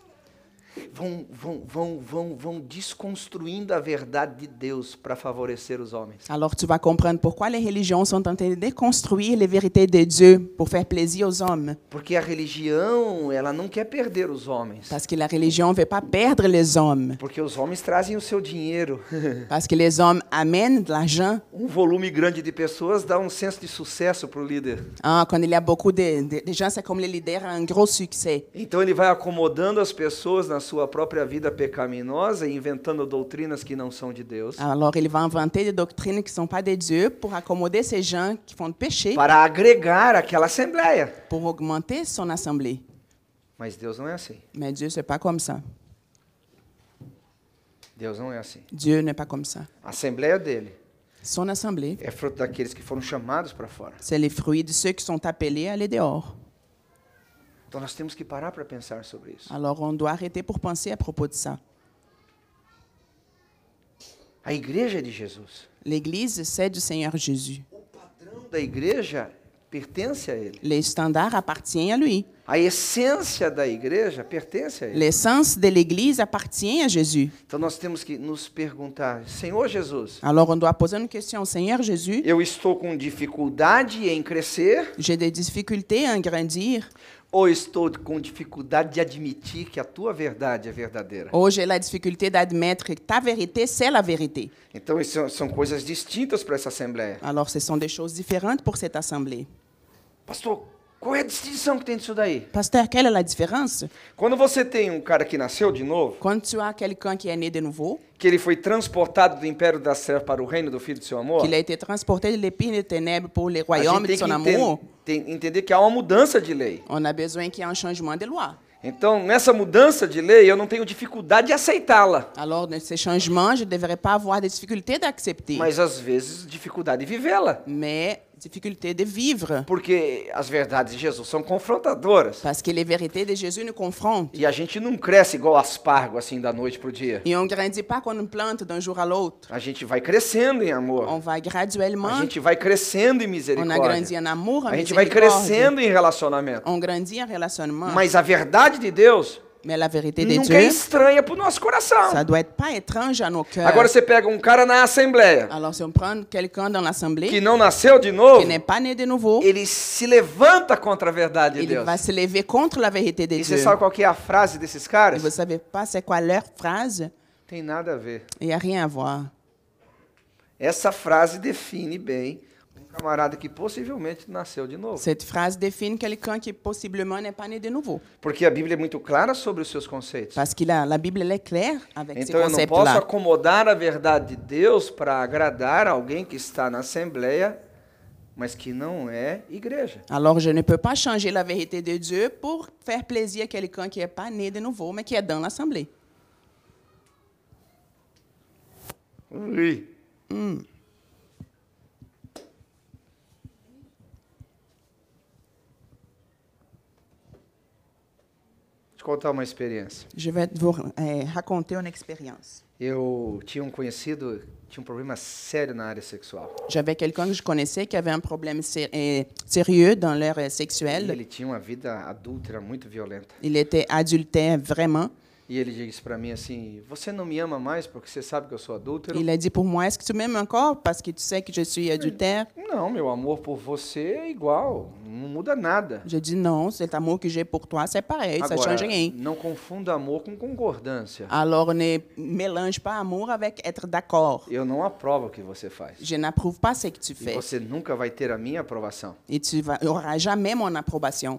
[SPEAKER 1] vão, vão, vão, vão, vão desconstruindo a verdade de Deus para favorecer os homens.
[SPEAKER 2] Alors tu vas comprendre pourquoi les religions sont tentées de déconstruire les vérités de Dieu pour faire plaisir aux hommes.
[SPEAKER 1] Porque a religião, ela não quer perder os homens.
[SPEAKER 2] Parce que la religion ne veut pas perdre les hommes.
[SPEAKER 1] Porque os homens trazem o seu dinheiro.
[SPEAKER 2] Parce que les hommes amènent de l'argent.
[SPEAKER 1] Um volume grande de pessoas dá um senso de sucesso para o líder.
[SPEAKER 2] Ah, quand il y a beaucoup de, de- de gens, c'est comme les leaders ont un gros succès.
[SPEAKER 1] Então ele vai acomodando as pessoas na sua própria vida pecaminosa e inventando doutrinas que não são de Deus.
[SPEAKER 2] Alors il va inventer des doctrines qui ne sont pas de Dieu pour accommoder ces gens qui font de péché
[SPEAKER 1] Para agregar aquela assembleia.
[SPEAKER 2] pour augmenter son assemblée.
[SPEAKER 1] Mas Deus não é assim.
[SPEAKER 2] Mais Dieu, c'est pas comme ça.
[SPEAKER 1] Deus não é assim.
[SPEAKER 2] Dieu n'est pas comme ça.
[SPEAKER 1] A assembleia dele
[SPEAKER 2] Son assemblée,
[SPEAKER 1] é fruto daqueles que foram chamados para fora.
[SPEAKER 2] c'est les fruits de ceux qui sont appelés à aller dehors.
[SPEAKER 1] Então nós temos que parar para pensar sobre isso.
[SPEAKER 2] Alors on doit arrêter pour penser à propos de ça.
[SPEAKER 1] A igreja é de Jesus.
[SPEAKER 2] L'Église, c'est du Seigneur Jésus.
[SPEAKER 1] O padrão da igreja pertence a ele.
[SPEAKER 2] Les standards appartiennent à lui.
[SPEAKER 1] A essência da igreja pertence a ele.
[SPEAKER 2] L'essence de l'Église appartient à Jésus.
[SPEAKER 1] Então nós temos que nos perguntar, Senhor Jesus,
[SPEAKER 2] Alors on doit poser une question. Seigneur Jésus,
[SPEAKER 1] eu estou com dificuldade em crescer
[SPEAKER 2] j'ai des difficultés à grandir.
[SPEAKER 1] ou estou com dificuldade de admitir que a tua verdade é verdadeira?
[SPEAKER 2] Oh, j'ai la difficulté d'admettre que ta vérité, c'est la vérité.
[SPEAKER 1] Então isso são- são coisas distintas para essa assembleia.
[SPEAKER 2] Alors ce sont des choses différentes pour cette assemblée.
[SPEAKER 1] Pastor, qual é a distinção que tem disso daí?
[SPEAKER 2] Pasteur, quelle est la différence?
[SPEAKER 1] Quando você tem um cara que nasceu de novo,
[SPEAKER 2] Quand tu as quelqu'un qui est né de nouveau,
[SPEAKER 1] que ele foi transportado do império das trevas para o reino do filho do seu amor,
[SPEAKER 2] qu'il a été transporté de l'épine des ténèbres pour les
[SPEAKER 1] a
[SPEAKER 2] royaumes
[SPEAKER 1] gente
[SPEAKER 2] é de
[SPEAKER 1] tem que
[SPEAKER 2] son amour,
[SPEAKER 1] enten- tem- entender que há uma mudança de lei.
[SPEAKER 2] on a besoin qu'il y ait un changement de loi.
[SPEAKER 1] Então, nessa mudança de lei, eu não tenho dificuldade de aceitá-la,
[SPEAKER 2] Alors, de ces changements, je ne devrais pas avoir de difficulté d'accepter,
[SPEAKER 1] mas às vezes dificuldade de vivê-la,
[SPEAKER 2] mais difficulté de vivre.
[SPEAKER 1] porque as verdades de Jesus são confrontadoras.
[SPEAKER 2] Parce que les vérités de Jésus nous confrontent.
[SPEAKER 1] E a gente não cresce igual aspargo assim da noite pro dia.
[SPEAKER 2] Et on ne grandit pas comme une plante d'un jour à l'autre.
[SPEAKER 1] A gente vai crescendo em amor.
[SPEAKER 2] On va
[SPEAKER 1] A
[SPEAKER 2] graduellement,
[SPEAKER 1] gente vai crescendo em
[SPEAKER 2] on a grandi
[SPEAKER 1] misericórdia.
[SPEAKER 2] en amour, en
[SPEAKER 1] A gente vai
[SPEAKER 2] miséricorde.
[SPEAKER 1] crescendo em relacionamento.
[SPEAKER 2] On grandit en relationnement.
[SPEAKER 1] Mas a verdade de Deus
[SPEAKER 2] Mais la vérité de
[SPEAKER 1] nunca é
[SPEAKER 2] Dieu,
[SPEAKER 1] estranha pro nosso coração.
[SPEAKER 2] ça doit être pas étrange à nos cœurs.
[SPEAKER 1] Agora você pega um cara na assembleia
[SPEAKER 2] Alors, si on prend quelqu'un dans
[SPEAKER 1] que
[SPEAKER 2] l'assemblée
[SPEAKER 1] não nasceu de novo,
[SPEAKER 2] qui n'est pas né de nouveau,
[SPEAKER 1] ele se levanta contra a verdade de
[SPEAKER 2] il
[SPEAKER 1] Deus.
[SPEAKER 2] va se lever contre la vérité de
[SPEAKER 1] E você
[SPEAKER 2] Dieu.
[SPEAKER 1] sabe qual que é a frase desses
[SPEAKER 2] Et
[SPEAKER 1] caras?
[SPEAKER 2] vous savez pas c'est quoi leur phrase?
[SPEAKER 1] Tem nada a ver.
[SPEAKER 2] Il n'y a rien à voir.
[SPEAKER 1] Essa frase define bem um camarada que possivelmente nasceu de novo.
[SPEAKER 2] Cette phrase définit quelqu'un qui possiblement n'est pas né de nouveau.
[SPEAKER 1] Porque a Bíblia é muito clara sobre os seus conceitos.
[SPEAKER 2] Parce que la, la Bible, elle est claire avec ces
[SPEAKER 1] Então eu não posso
[SPEAKER 2] concepts-là.
[SPEAKER 1] acomodar a verdade de Deus para agradar alguém que está na assembleia, mas que não é igreja.
[SPEAKER 2] Alors, je ne peux pas changer la vérité de Dieu pour faire plaisir à quelqu'un qui n'est pas né de nouveau, mais qui est dans l'assemblée.
[SPEAKER 1] Ui. Deixa eu contar uma experiência.
[SPEAKER 2] Je vais vous euh, raconter une expérience.
[SPEAKER 1] Eu tinha um conhecido, tinha um problema sério na área sexual.
[SPEAKER 2] J'avais quelqu'un que je connaissais qui avait un problème sé- euh, sérieux dans l'air euh,
[SPEAKER 1] E
[SPEAKER 2] sexuel.
[SPEAKER 1] ele tinha uma vida adúltera muito violenta.
[SPEAKER 2] Il était adultère, vraiment.
[SPEAKER 1] E ele disse para mim assim: "Você não me ama mais porque você sabe que eu sou adúltero?"
[SPEAKER 2] Il a dit pour moi, est-ce que tu m'aimes encore parce que tu sais que je suis adultère?
[SPEAKER 1] Não, meu amor por você é igual, não muda nada.
[SPEAKER 2] Je dis non, cet amour que j'ai pour toi, c'est pareil, ça
[SPEAKER 1] Agora,
[SPEAKER 2] change rien.
[SPEAKER 1] não confunda amor com concordância.
[SPEAKER 2] Alors ne mélange pas amour avec être d'accord.
[SPEAKER 1] Eu não aprovo o que você faz.
[SPEAKER 2] Je n'approuve pas ce que tu
[SPEAKER 1] E
[SPEAKER 2] fais
[SPEAKER 1] você nunca vai ter a minha aprovação.
[SPEAKER 2] et tu n'auras jamais mon approbation.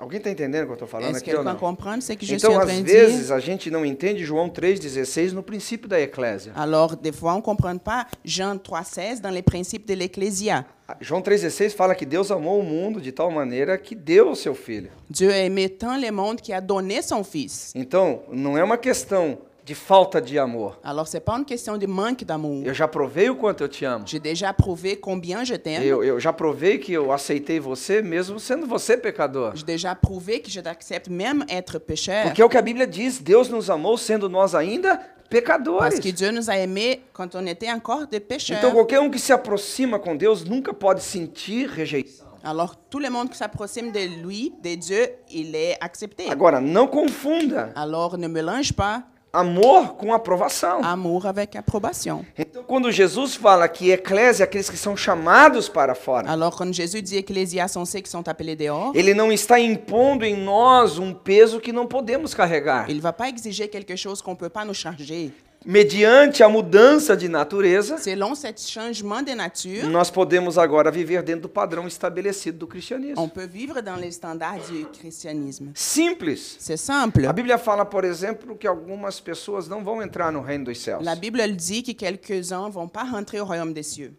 [SPEAKER 1] Alguém está entendendo o É que eu estou falando
[SPEAKER 2] Est-ce que
[SPEAKER 1] aqui ou
[SPEAKER 2] quelqu'un
[SPEAKER 1] não?
[SPEAKER 2] comprend ce que je suis
[SPEAKER 1] Então,
[SPEAKER 2] en
[SPEAKER 1] às
[SPEAKER 2] train de dire?
[SPEAKER 1] vezes, a gente não entende João 3,16 no princípio da eclésia.
[SPEAKER 2] Alors, des fois, on ne comprend pas Jean 3,16 dans les principes de l'Ecclésia.
[SPEAKER 1] João 3,16 fala que Deus amou o mundo de tal maneira que deu o seu filho.
[SPEAKER 2] Dieu a aimé tant le monde qui a donné son Fils.
[SPEAKER 1] Então, não é uma questão de falta de amor.
[SPEAKER 2] Alors, ce n'est pas une question de manque d'amour.
[SPEAKER 1] Eu já provei o quanto eu te amo.
[SPEAKER 2] J'ai déjà prouvé combien je t'aime.
[SPEAKER 1] Eu, eu já provei que eu aceitei você, mesmo sendo você pecador.
[SPEAKER 2] J'ai déjà prouvé que je t'accepte même être pécheur.
[SPEAKER 1] Porque é o que a Bíblia diz: Deus nos amou sendo nós ainda
[SPEAKER 2] Parce que
[SPEAKER 1] pecadores.
[SPEAKER 2] Dieu nous a aimés quand on était encore des pécheurs.
[SPEAKER 1] Então, qualquer um que se aproxima com Deus nunca pode sentir rejeição.
[SPEAKER 2] Alors, tout le monde qui s'approxime de lui, de Dieu, il est accepté.
[SPEAKER 1] Agora, não confunda
[SPEAKER 2] Alors, ne mélange pas
[SPEAKER 1] amor com aprovação.
[SPEAKER 2] amour avec approbation.
[SPEAKER 1] Então, quando Jesus fala que eclésia é aqueles que são chamados para fora,
[SPEAKER 2] Alors, quand Jésus dit Ecclésias, on sait qu'ils sont appelés dehors.
[SPEAKER 1] ele não está impondo em nós um peso que não podemos carregar.
[SPEAKER 2] Il ne va pas exiger quelque chose qu'on ne peut pas nous charger.
[SPEAKER 1] Mediante a mudança de natureza,
[SPEAKER 2] Selon ce changement de nature,
[SPEAKER 1] nós podemos agora viver dentro do padrão estabelecido do cristianisme.
[SPEAKER 2] on peut vivre dans les standards du christianisme.
[SPEAKER 1] Simples.
[SPEAKER 2] C'est simple.
[SPEAKER 1] A Bíblia fala, por exemplo, que algumas pessoas não vão entrar no reino dos céus.
[SPEAKER 2] La Bible le dit que quelques-uns ne vont pas rentrer au royaume des cieux.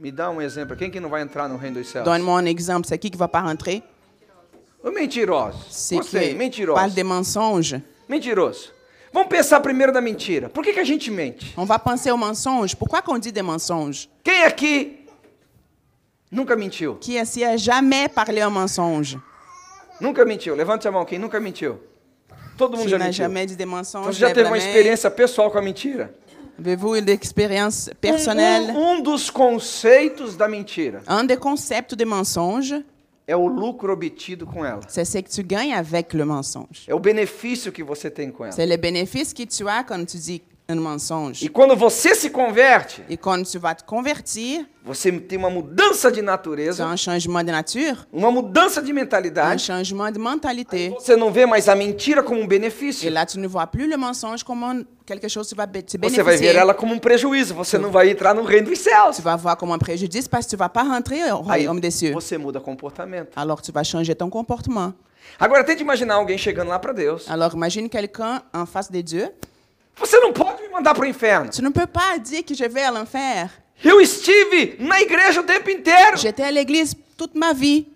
[SPEAKER 1] Me dá um exemplo. Quem que não vai entrar no reino dos céus?
[SPEAKER 2] Donne-moi un exemple. C'est qui qui ne va pas rentrer?
[SPEAKER 1] O mentiroso.
[SPEAKER 2] C'est
[SPEAKER 1] Gostei.
[SPEAKER 2] qui
[SPEAKER 1] Mentiroso.
[SPEAKER 2] parle des mensonges.
[SPEAKER 1] Mentiroso. Vamos pensar primeiro da mentira. Por que, que a gente mente?
[SPEAKER 2] On va penser aux mensonges. Pourquoi qu'on dit des mensonges?
[SPEAKER 1] Quem aqui nunca mentiu?
[SPEAKER 2] Qui est-ce qui a jamais parlé un mensonge?
[SPEAKER 1] Nunca mentiu. Levante a mão. Quem nunca mentiu? Todo mundo
[SPEAKER 2] Qui
[SPEAKER 1] já
[SPEAKER 2] n'a
[SPEAKER 1] mentiu.
[SPEAKER 2] jamais dit des
[SPEAKER 1] Então,
[SPEAKER 2] mensonges?
[SPEAKER 1] você já
[SPEAKER 2] lève
[SPEAKER 1] teve
[SPEAKER 2] la
[SPEAKER 1] uma
[SPEAKER 2] main.
[SPEAKER 1] experiência pessoal com a mentira?
[SPEAKER 2] Avez-vous une expérience
[SPEAKER 1] Um-
[SPEAKER 2] personnelle?
[SPEAKER 1] Um, um dos conceitos da mentira
[SPEAKER 2] Un des concepts des mensonges,
[SPEAKER 1] é o lucro obtido com ela.
[SPEAKER 2] c'est ce que tu gagnes avec le mensonge.
[SPEAKER 1] É o benefício que você tem com ela.
[SPEAKER 2] C'est le bénéfice que tu as quand tu dis un mensonge.
[SPEAKER 1] E quando você se converte,
[SPEAKER 2] Et quand tu vas te convertir,
[SPEAKER 1] você tem uma mudança de
[SPEAKER 2] tu as
[SPEAKER 1] natureza,
[SPEAKER 2] un changement de nature,
[SPEAKER 1] uma mudança de
[SPEAKER 2] un
[SPEAKER 1] mentalidade.
[SPEAKER 2] changement de mentalité.
[SPEAKER 1] Você não vê mais a mentira como um
[SPEAKER 2] Et
[SPEAKER 1] benefício.
[SPEAKER 2] là, tu ne vois plus le mensonge comme un- quelque chose qui va bé-
[SPEAKER 1] Você
[SPEAKER 2] te
[SPEAKER 1] vai ver
[SPEAKER 2] bénéficier.
[SPEAKER 1] ela como um prejuízo. Você não vai entrar no reino dos céus.
[SPEAKER 2] Tu vas voir comme un préjudice parce que tu ne vas pas rentrer au
[SPEAKER 1] Aí
[SPEAKER 2] royaume des cieux.
[SPEAKER 1] você muda comportamento.
[SPEAKER 2] Alors, tu vas changer ton comportement.
[SPEAKER 1] Agora tente imaginar alguém chegando lá para Deus.
[SPEAKER 2] Alors, imagine quelqu'un en face de Dieu.
[SPEAKER 1] Você não pode me mandar pro inferno.
[SPEAKER 2] Tu ne peux pas dire que je vais à l'enfer.
[SPEAKER 1] Eu estive na igreja o tempo inteiro.
[SPEAKER 2] J'étais à l'église toute ma vie.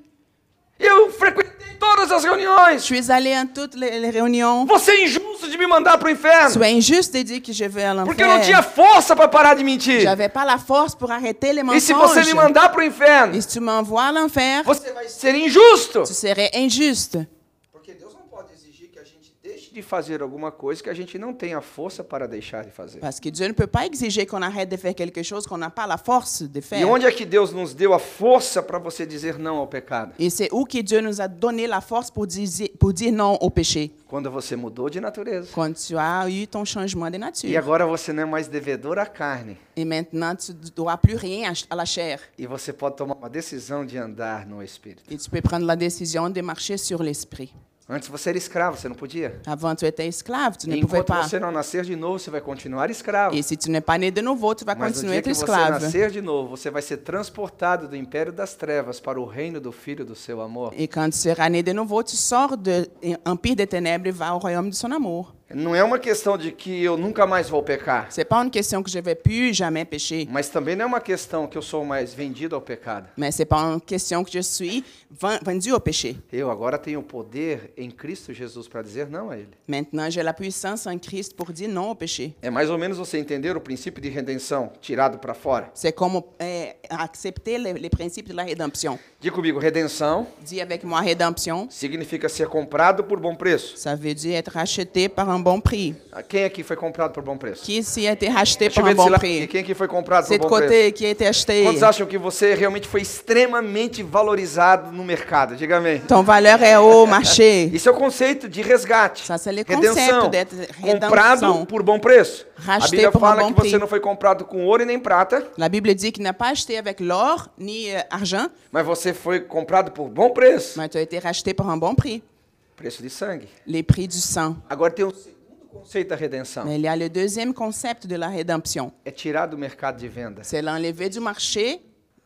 [SPEAKER 1] Eu frequentei todas as
[SPEAKER 2] Je
[SPEAKER 1] reuniões.
[SPEAKER 2] suis allée à toutes les, les réunions.
[SPEAKER 1] Você é injusto de me mandar pro
[SPEAKER 2] Tu
[SPEAKER 1] inferno.
[SPEAKER 2] es injuste de dire que je vais à
[SPEAKER 1] Porque eu não tinha
[SPEAKER 2] l'enfer.
[SPEAKER 1] força para parar de mentir.
[SPEAKER 2] J'avais pas la force pour arrêter les
[SPEAKER 1] E se você me
[SPEAKER 2] mensonges.
[SPEAKER 1] mandar pro inferno,
[SPEAKER 2] Et si tu m'envoies à l'enfer,
[SPEAKER 1] você vai ser injusto.
[SPEAKER 2] tu serais injuste.
[SPEAKER 1] Porque Deus não pode exigir que a gente deixe de fazer alguma coisa que a gente não tenha força para deixar de fazer.
[SPEAKER 2] Parce que Dieu ne peut pas exiger qu'on arrête de faire quelque chose qu'on n'a pas la force de
[SPEAKER 1] E
[SPEAKER 2] faire.
[SPEAKER 1] onde é que Deus nos deu a força para você dizer não ao pecado?
[SPEAKER 2] Et c'est où que Dieu nous a donné la force pour dire, pour dire non au péché.
[SPEAKER 1] Quando você mudou de natureza.
[SPEAKER 2] Quand tu as eu ton changement de nature.
[SPEAKER 1] E agora você não é mais devedor à carne.
[SPEAKER 2] Et maintenant, tu ne dois plus rien à ch- à la chair.
[SPEAKER 1] E você pode tomar uma decisão de andar no Espírito.
[SPEAKER 2] Et tu peux prendre la décision de marcher sur l'esprit.
[SPEAKER 1] Antes você era escravo, você não podia.
[SPEAKER 2] Avant, tu étais esclave, tu ne pouvais
[SPEAKER 1] Enquanto
[SPEAKER 2] pas.
[SPEAKER 1] você não nascer de novo, você vai continuar escravo.
[SPEAKER 2] Et si tu n'es pas né de nouveau, tu vas
[SPEAKER 1] Mas no
[SPEAKER 2] continuer à
[SPEAKER 1] dia
[SPEAKER 2] être
[SPEAKER 1] que você
[SPEAKER 2] esclave.
[SPEAKER 1] nascer de novo, você vai ser transportado do império das trevas para o reino do Filho do seu amor.
[SPEAKER 2] Et quand tu seras né de nouveau, tu sors de l'empire des ténèbres et vas au royaume de son amour.
[SPEAKER 1] Não é uma questão de que eu nunca mais vou pecar,
[SPEAKER 2] C'est pas une question que je vais plus jamais pécher,
[SPEAKER 1] mas também não é uma questão que eu sou mais vendido ao pecado.
[SPEAKER 2] mais c'est pas une question que je suis ven- vendu au péché.
[SPEAKER 1] Eu agora tenho poder em Cristo Jesus para dizer não a ele.
[SPEAKER 2] Maintenant, j'ai la puissance en Christ pour dire non au péché.
[SPEAKER 1] É mais ou menos você entender o princípio de redenção tirado para fora.
[SPEAKER 2] C'est comme euh, accepter les, les principes de la rédemption.
[SPEAKER 1] Diga comigo, redenção
[SPEAKER 2] Dis avec moi rédemption,
[SPEAKER 1] significa ser comprado por bom preço.
[SPEAKER 2] ça veut dire être racheté par un bon prix.
[SPEAKER 1] Ah, Quem aqui foi comprado por bom preço?
[SPEAKER 2] Qui ici a été racheté
[SPEAKER 1] Deixa eu
[SPEAKER 2] par
[SPEAKER 1] ver
[SPEAKER 2] un
[SPEAKER 1] desse
[SPEAKER 2] bon
[SPEAKER 1] lado aqui.
[SPEAKER 2] prix?
[SPEAKER 1] Quem aqui foi comprado por
[SPEAKER 2] C'est
[SPEAKER 1] bom
[SPEAKER 2] de
[SPEAKER 1] preço?
[SPEAKER 2] côté qui a été acheté.
[SPEAKER 1] Quantos acham que você realmente foi extremamente valorizado no mercado? Diga amém.
[SPEAKER 2] Ton valeur est au marché.
[SPEAKER 1] Esse é o conceito de resgate.
[SPEAKER 2] Ça, c'est le
[SPEAKER 1] redenção.
[SPEAKER 2] é conceito de redenção.
[SPEAKER 1] Comprado por bom preço. A
[SPEAKER 2] Rastei
[SPEAKER 1] Bíblia
[SPEAKER 2] por um
[SPEAKER 1] fala
[SPEAKER 2] bom
[SPEAKER 1] que você
[SPEAKER 2] preço.
[SPEAKER 1] não foi comprado com ouro e nem prata,
[SPEAKER 2] La Bible dit qu'il n'a pas acheté avec l'or ni euh, argent,
[SPEAKER 1] mas você foi comprado por bom preço.
[SPEAKER 2] mais tu as été racheté par un bon prix,
[SPEAKER 1] Preço de sangue.
[SPEAKER 2] les prix du sang.
[SPEAKER 1] Agora tem o segundo conceito da redenção.
[SPEAKER 2] Mais il y a le deuxième concept de la rédemption,
[SPEAKER 1] É tirar do mercado de venda.
[SPEAKER 2] c'est l'enlever du marché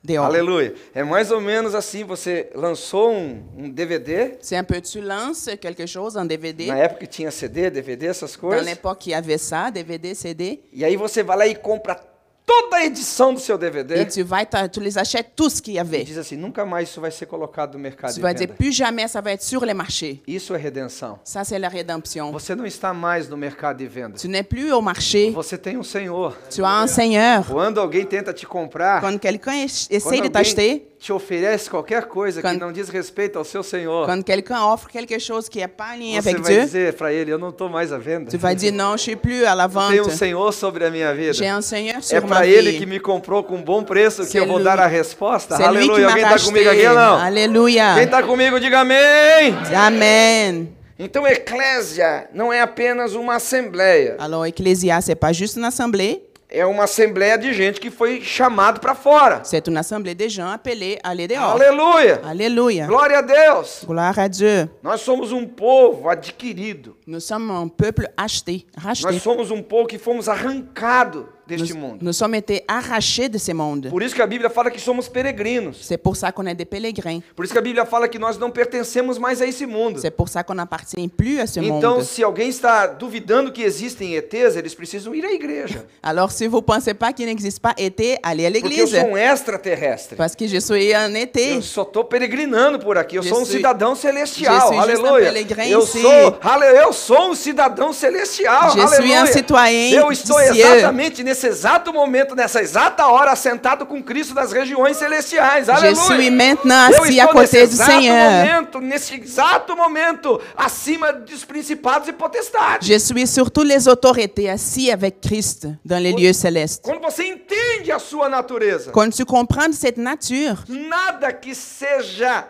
[SPEAKER 2] dehors.
[SPEAKER 1] Aleluia. É mais ou menos assim, você lançou um, um DVD,
[SPEAKER 2] C'est un peu, tu lances quelque chose en DVD.
[SPEAKER 1] na época que tinha CD, DVD, essas
[SPEAKER 2] Dans
[SPEAKER 1] coisas.
[SPEAKER 2] l'époque, il y avait ça, DVD, CD.
[SPEAKER 1] E aí você vai lá e compra toda a edição do seu DVD
[SPEAKER 2] Et tu vas, t'en- tu les achètes tous ce qu'il y
[SPEAKER 1] e
[SPEAKER 2] avait.
[SPEAKER 1] diz assim, nunca mais isso vai ser colocado no mercado
[SPEAKER 2] Tu
[SPEAKER 1] de
[SPEAKER 2] vas dire,
[SPEAKER 1] venda.
[SPEAKER 2] plus jamais ça va être sur les marchés.
[SPEAKER 1] Isso é redenção.
[SPEAKER 2] Ça, c'est la rédemption.
[SPEAKER 1] Você não está mais no mercado de venda.
[SPEAKER 2] Tu n'es plus au marché,
[SPEAKER 1] Você tem um Senhor.
[SPEAKER 2] tu as un Seigneur.
[SPEAKER 1] Quando alguém tenta te comprar,
[SPEAKER 2] Quand quelqu'un es-
[SPEAKER 1] quando
[SPEAKER 2] essaie de
[SPEAKER 1] alguém
[SPEAKER 2] t'acheter,
[SPEAKER 1] te oferece qualquer coisa que
[SPEAKER 2] tá Quando-
[SPEAKER 1] não diz respeito ao seu Senhor,
[SPEAKER 2] Quand quelqu'un offre quelque chose qui n'est pas en lien
[SPEAKER 1] você
[SPEAKER 2] avec
[SPEAKER 1] vai
[SPEAKER 2] Dieu,
[SPEAKER 1] dizer para ele, eu não estou mais à venda.
[SPEAKER 2] tu vas dire non, je suis plus à la vente.
[SPEAKER 1] Tem um Senhor sobre a minha vida.
[SPEAKER 2] J'ai un Seigneur
[SPEAKER 1] É
[SPEAKER 2] sur ma
[SPEAKER 1] para ele que
[SPEAKER 2] vie.
[SPEAKER 1] me comprou com um bom preço que
[SPEAKER 2] C'est
[SPEAKER 1] eu vou
[SPEAKER 2] lui.
[SPEAKER 1] dar a resposta.
[SPEAKER 2] C'est lui qui
[SPEAKER 1] Aleluia.
[SPEAKER 2] m'a
[SPEAKER 1] Alguém está comigo aqui
[SPEAKER 2] racheté.
[SPEAKER 1] ou não?
[SPEAKER 2] Alléluia.
[SPEAKER 1] Quem está comigo, diga amém.
[SPEAKER 2] Amen.
[SPEAKER 1] Então, eclésia não é apenas uma assembleia.
[SPEAKER 2] Alors, Ecclésia, c'est pas juste une assemblée,
[SPEAKER 1] É uma assembleia de gente que foi chamado para fora.
[SPEAKER 2] c'est une assemblée des gens appelés à aller dehors.
[SPEAKER 1] Aleluia.
[SPEAKER 2] Alléluia.
[SPEAKER 1] Glória a Deus.
[SPEAKER 2] Gloire à Dieu.
[SPEAKER 1] Nós somos um povo adquirido.
[SPEAKER 2] Nous sommes un peuple acheté, racheté.
[SPEAKER 1] Nós somos um povo que fomos arrancado deste
[SPEAKER 2] Nous,
[SPEAKER 1] mundo.
[SPEAKER 2] nous sommes été arrachés de ce monde.
[SPEAKER 1] Por isso que a Bíblia fala que somos peregrinos.
[SPEAKER 2] C'est pour ça qu'on est des pèlerins.
[SPEAKER 1] Por isso que a Bíblia fala que nós não pertencemos mais a esse mundo.
[SPEAKER 2] C'est pour ça qu'on n'appartient plus à ce
[SPEAKER 1] Então,
[SPEAKER 2] monde.
[SPEAKER 1] se alguém está duvidando que existem ETs, eles precisam ir à igreja.
[SPEAKER 2] Alors, si vous ne pensez pas qu'il n'existe pas été, allez à
[SPEAKER 1] Porque eu
[SPEAKER 2] l'église.
[SPEAKER 1] sou um extraterrestre.
[SPEAKER 2] Parce que je suis un été.
[SPEAKER 1] Eu só estou peregrinando por aqui. Eu sou um
[SPEAKER 2] Jesus-
[SPEAKER 1] cidadão celestial.
[SPEAKER 2] Jesus está
[SPEAKER 1] Aleluia.
[SPEAKER 2] peregrino,
[SPEAKER 1] Eu
[SPEAKER 2] sim.
[SPEAKER 1] sou, ale, eu sou um cidadão celestial.
[SPEAKER 2] Jesus é
[SPEAKER 1] Aleluia.
[SPEAKER 2] um citoyen
[SPEAKER 1] Eu estou
[SPEAKER 2] do céu.
[SPEAKER 1] exatamente nesse exato momento, nessa exata hora, sentado com Cristo nas regiões celestiais.
[SPEAKER 2] Je
[SPEAKER 1] Aleluia.
[SPEAKER 2] suis maintenant
[SPEAKER 1] Eu
[SPEAKER 2] assis à
[SPEAKER 1] estou nesse
[SPEAKER 2] côté du
[SPEAKER 1] exato
[SPEAKER 2] Seigneur.
[SPEAKER 1] momento, nesse exato momento, acima dos principados e potestades.
[SPEAKER 2] Je suis sur toutes les autorités assis avec Christ dans les lieux célestes.
[SPEAKER 1] Quando você entende a sua natureza,
[SPEAKER 2] Quand tu comprends cette nature,
[SPEAKER 1] nada que seja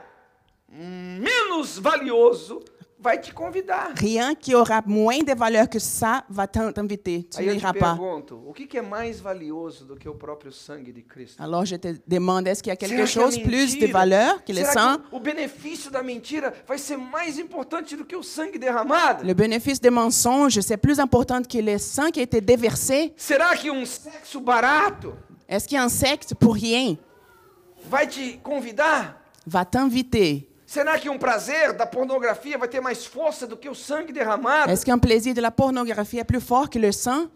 [SPEAKER 1] menos valioso vai te convidar.
[SPEAKER 2] rien qui aura moins de valeur que ça va t'in- t'inviter. Tu
[SPEAKER 1] Aí eu te
[SPEAKER 2] n'iras pas.
[SPEAKER 1] pergunto, o que que é mais valioso do que o próprio sangue de Cristo?
[SPEAKER 2] Alors je te demande, est-ce qu'il y a
[SPEAKER 1] Será
[SPEAKER 2] quelque
[SPEAKER 1] que a
[SPEAKER 2] chose plus de
[SPEAKER 1] mentira-
[SPEAKER 2] valeur que le
[SPEAKER 1] será
[SPEAKER 2] sang?
[SPEAKER 1] que o benefício da mentira vai ser mais importante do que o sangue derramado?
[SPEAKER 2] Le bénéfice des mensonges, c'est plus important que le sang qui a été déversé.
[SPEAKER 1] Será que um sexo barato
[SPEAKER 2] Est-ce qu'un secte pour rien
[SPEAKER 1] vai te convidar?
[SPEAKER 2] va t'inviter?
[SPEAKER 1] Será que um prazer da pornografia vai ter mais força do que o sangue derramado?
[SPEAKER 2] Est-ce qu'un plaisir de la pornographie est plus fort que le sang?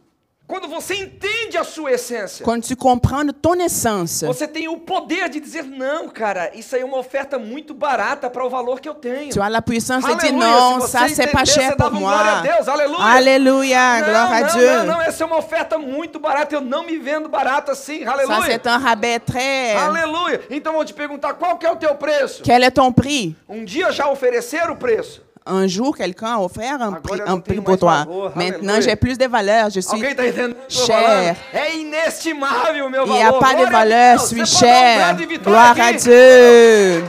[SPEAKER 1] Quando você entende a sua essência,
[SPEAKER 2] Quand tu comprends ton essence,
[SPEAKER 1] Você tem o poder de dizer, não, cara, isso aí é uma oferta muito barata para o valor que eu tenho.
[SPEAKER 2] tu as la puissance de
[SPEAKER 1] Alléluia,
[SPEAKER 2] dire non,
[SPEAKER 1] si vous
[SPEAKER 2] ça c'est pas
[SPEAKER 1] entendez, ça
[SPEAKER 2] cher pour
[SPEAKER 1] donne gloire à
[SPEAKER 2] moi.
[SPEAKER 1] Dieu, alléluia.
[SPEAKER 2] Alléluia,
[SPEAKER 1] não,
[SPEAKER 2] gloire à
[SPEAKER 1] não,
[SPEAKER 2] Dieu.
[SPEAKER 1] não, não, essa é uma oferta muito barata, eu não me vendo barato assim,
[SPEAKER 2] Ça
[SPEAKER 1] aleluia.
[SPEAKER 2] c'est un rabais très.
[SPEAKER 1] Aleluia. Então vou te perguntar, qual que é o teu preço?
[SPEAKER 2] Quel est ton prix?
[SPEAKER 1] Um dia já ofereceram o preço?
[SPEAKER 2] Un jour, quelqu'un a offert un
[SPEAKER 1] Agora
[SPEAKER 2] prix,
[SPEAKER 1] eu
[SPEAKER 2] un
[SPEAKER 1] não
[SPEAKER 2] prix
[SPEAKER 1] tenho
[SPEAKER 2] ah, pour
[SPEAKER 1] mais
[SPEAKER 2] toi.
[SPEAKER 1] valor,
[SPEAKER 2] Maintenant,
[SPEAKER 1] alléluia.
[SPEAKER 2] j'ai plus de valeur. Je suis
[SPEAKER 1] Alguém está entendendo? o que eu tô
[SPEAKER 2] cher.
[SPEAKER 1] falando? É inestimável o meu
[SPEAKER 2] Il
[SPEAKER 1] valor.
[SPEAKER 2] n'y a pas de
[SPEAKER 1] Glória a
[SPEAKER 2] valeur, je
[SPEAKER 1] Deus.
[SPEAKER 2] suis
[SPEAKER 1] Você pode dar um
[SPEAKER 2] cher.
[SPEAKER 1] grande vitória
[SPEAKER 2] Gloire à
[SPEAKER 1] aqui.
[SPEAKER 2] Dieu.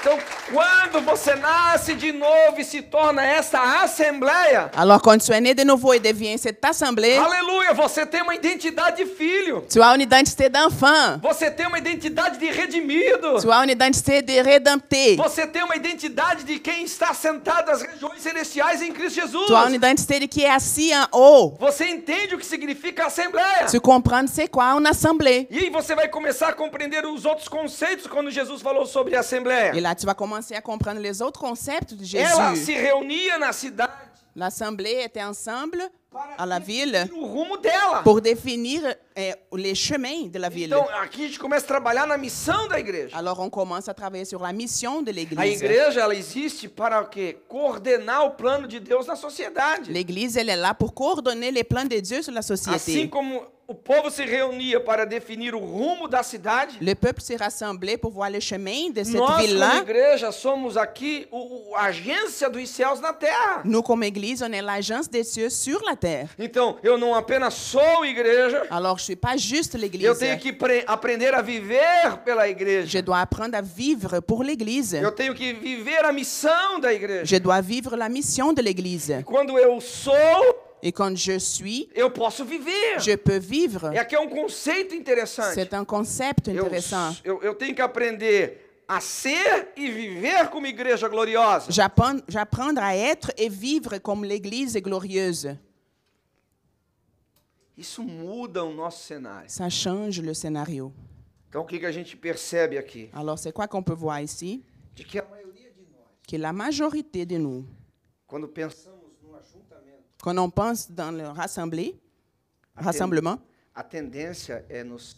[SPEAKER 1] Então, quando você nasce de novo e se torna essa assembleia,
[SPEAKER 2] Alors, quand tu es né de nouveau et deviens cette assemblée,
[SPEAKER 1] Aleluia, você tem uma identidade de filho.
[SPEAKER 2] tu as une identité d'enfant.
[SPEAKER 1] Você tem uma identidade de redimido.
[SPEAKER 2] Tu as une identité de rédempté.
[SPEAKER 1] Você tem uma identidade de quem está sentado nas regiões celestiais em Cristo Jesus.
[SPEAKER 2] Tu as une identité de qui est assis en haut.
[SPEAKER 1] Você entende o que significa assembleia.
[SPEAKER 2] Tu comprends c'est quoi une assemblée.
[SPEAKER 1] E aí você vai começar a compreender os outros conceitos quando Jesus falou sobre a
[SPEAKER 2] Et
[SPEAKER 1] assembleia.
[SPEAKER 2] là, tu vas commencer à comprendre les autres concepts de
[SPEAKER 1] Ela se
[SPEAKER 2] Jésus.
[SPEAKER 1] reunia na cidade
[SPEAKER 2] L'assemblée était ensemble à la ville
[SPEAKER 1] e o rumo dela.
[SPEAKER 2] pour définir euh, les chemins de la ville.
[SPEAKER 1] Então aqui a gente começa a trabalhar na missão da igreja.
[SPEAKER 2] Alors, on commence à travailler sur la mission de
[SPEAKER 1] A
[SPEAKER 2] l'Église.
[SPEAKER 1] igreja ela existe para o quê? Coordenar o plano de Deus na sociedade.
[SPEAKER 2] L'Église, elle est là pour coordonner les plans de Dieu sur la
[SPEAKER 1] Assim
[SPEAKER 2] société.
[SPEAKER 1] como o povo se reunia para definir o rumo da cidade,
[SPEAKER 2] Le peuple s'est rassemblé pour voir le chemin de cette
[SPEAKER 1] nós, como
[SPEAKER 2] ville-là.
[SPEAKER 1] igreja, somos aqui o, o- a agência dos céus na terra.
[SPEAKER 2] Nous, comme Église, on est l'agence des cieux sur la terre.
[SPEAKER 1] Então, eu não apenas sou igreja,
[SPEAKER 2] Alors, je ne suis pas juste l'Église.
[SPEAKER 1] eu tenho que pre- aprender a viver pela
[SPEAKER 2] Je
[SPEAKER 1] igreja.
[SPEAKER 2] dois apprendre à vivre pour l'Église.
[SPEAKER 1] Eu tenho que viver a missão da igreja.
[SPEAKER 2] Je dois vivre la mission de l'Église.
[SPEAKER 1] Quando eu sou,
[SPEAKER 2] Et quand je suis,
[SPEAKER 1] eu posso viver.
[SPEAKER 2] je peux vivre.
[SPEAKER 1] É que é um conceito interessante.
[SPEAKER 2] C'est un concept
[SPEAKER 1] Eu,
[SPEAKER 2] intéressant.
[SPEAKER 1] eu, eu tenho que aprender a ser e viver como igreja gloriosa.
[SPEAKER 2] J'apprends j'apprendre à être et vivre comme l'Église est glorieuse.
[SPEAKER 1] Isso muda o nosso cenário.
[SPEAKER 2] Ça change le scénario.
[SPEAKER 1] Então, o que, que a gente percebe aqui?
[SPEAKER 2] Alors, c'est quoi qu'on peut voir ici?
[SPEAKER 1] De que a maioria de nós,
[SPEAKER 2] Que la majorité de nous,
[SPEAKER 1] quando pensamos no ajuntamento,
[SPEAKER 2] quand on pense dans le rassemblé, rassemblement,
[SPEAKER 1] a tendência é, nos,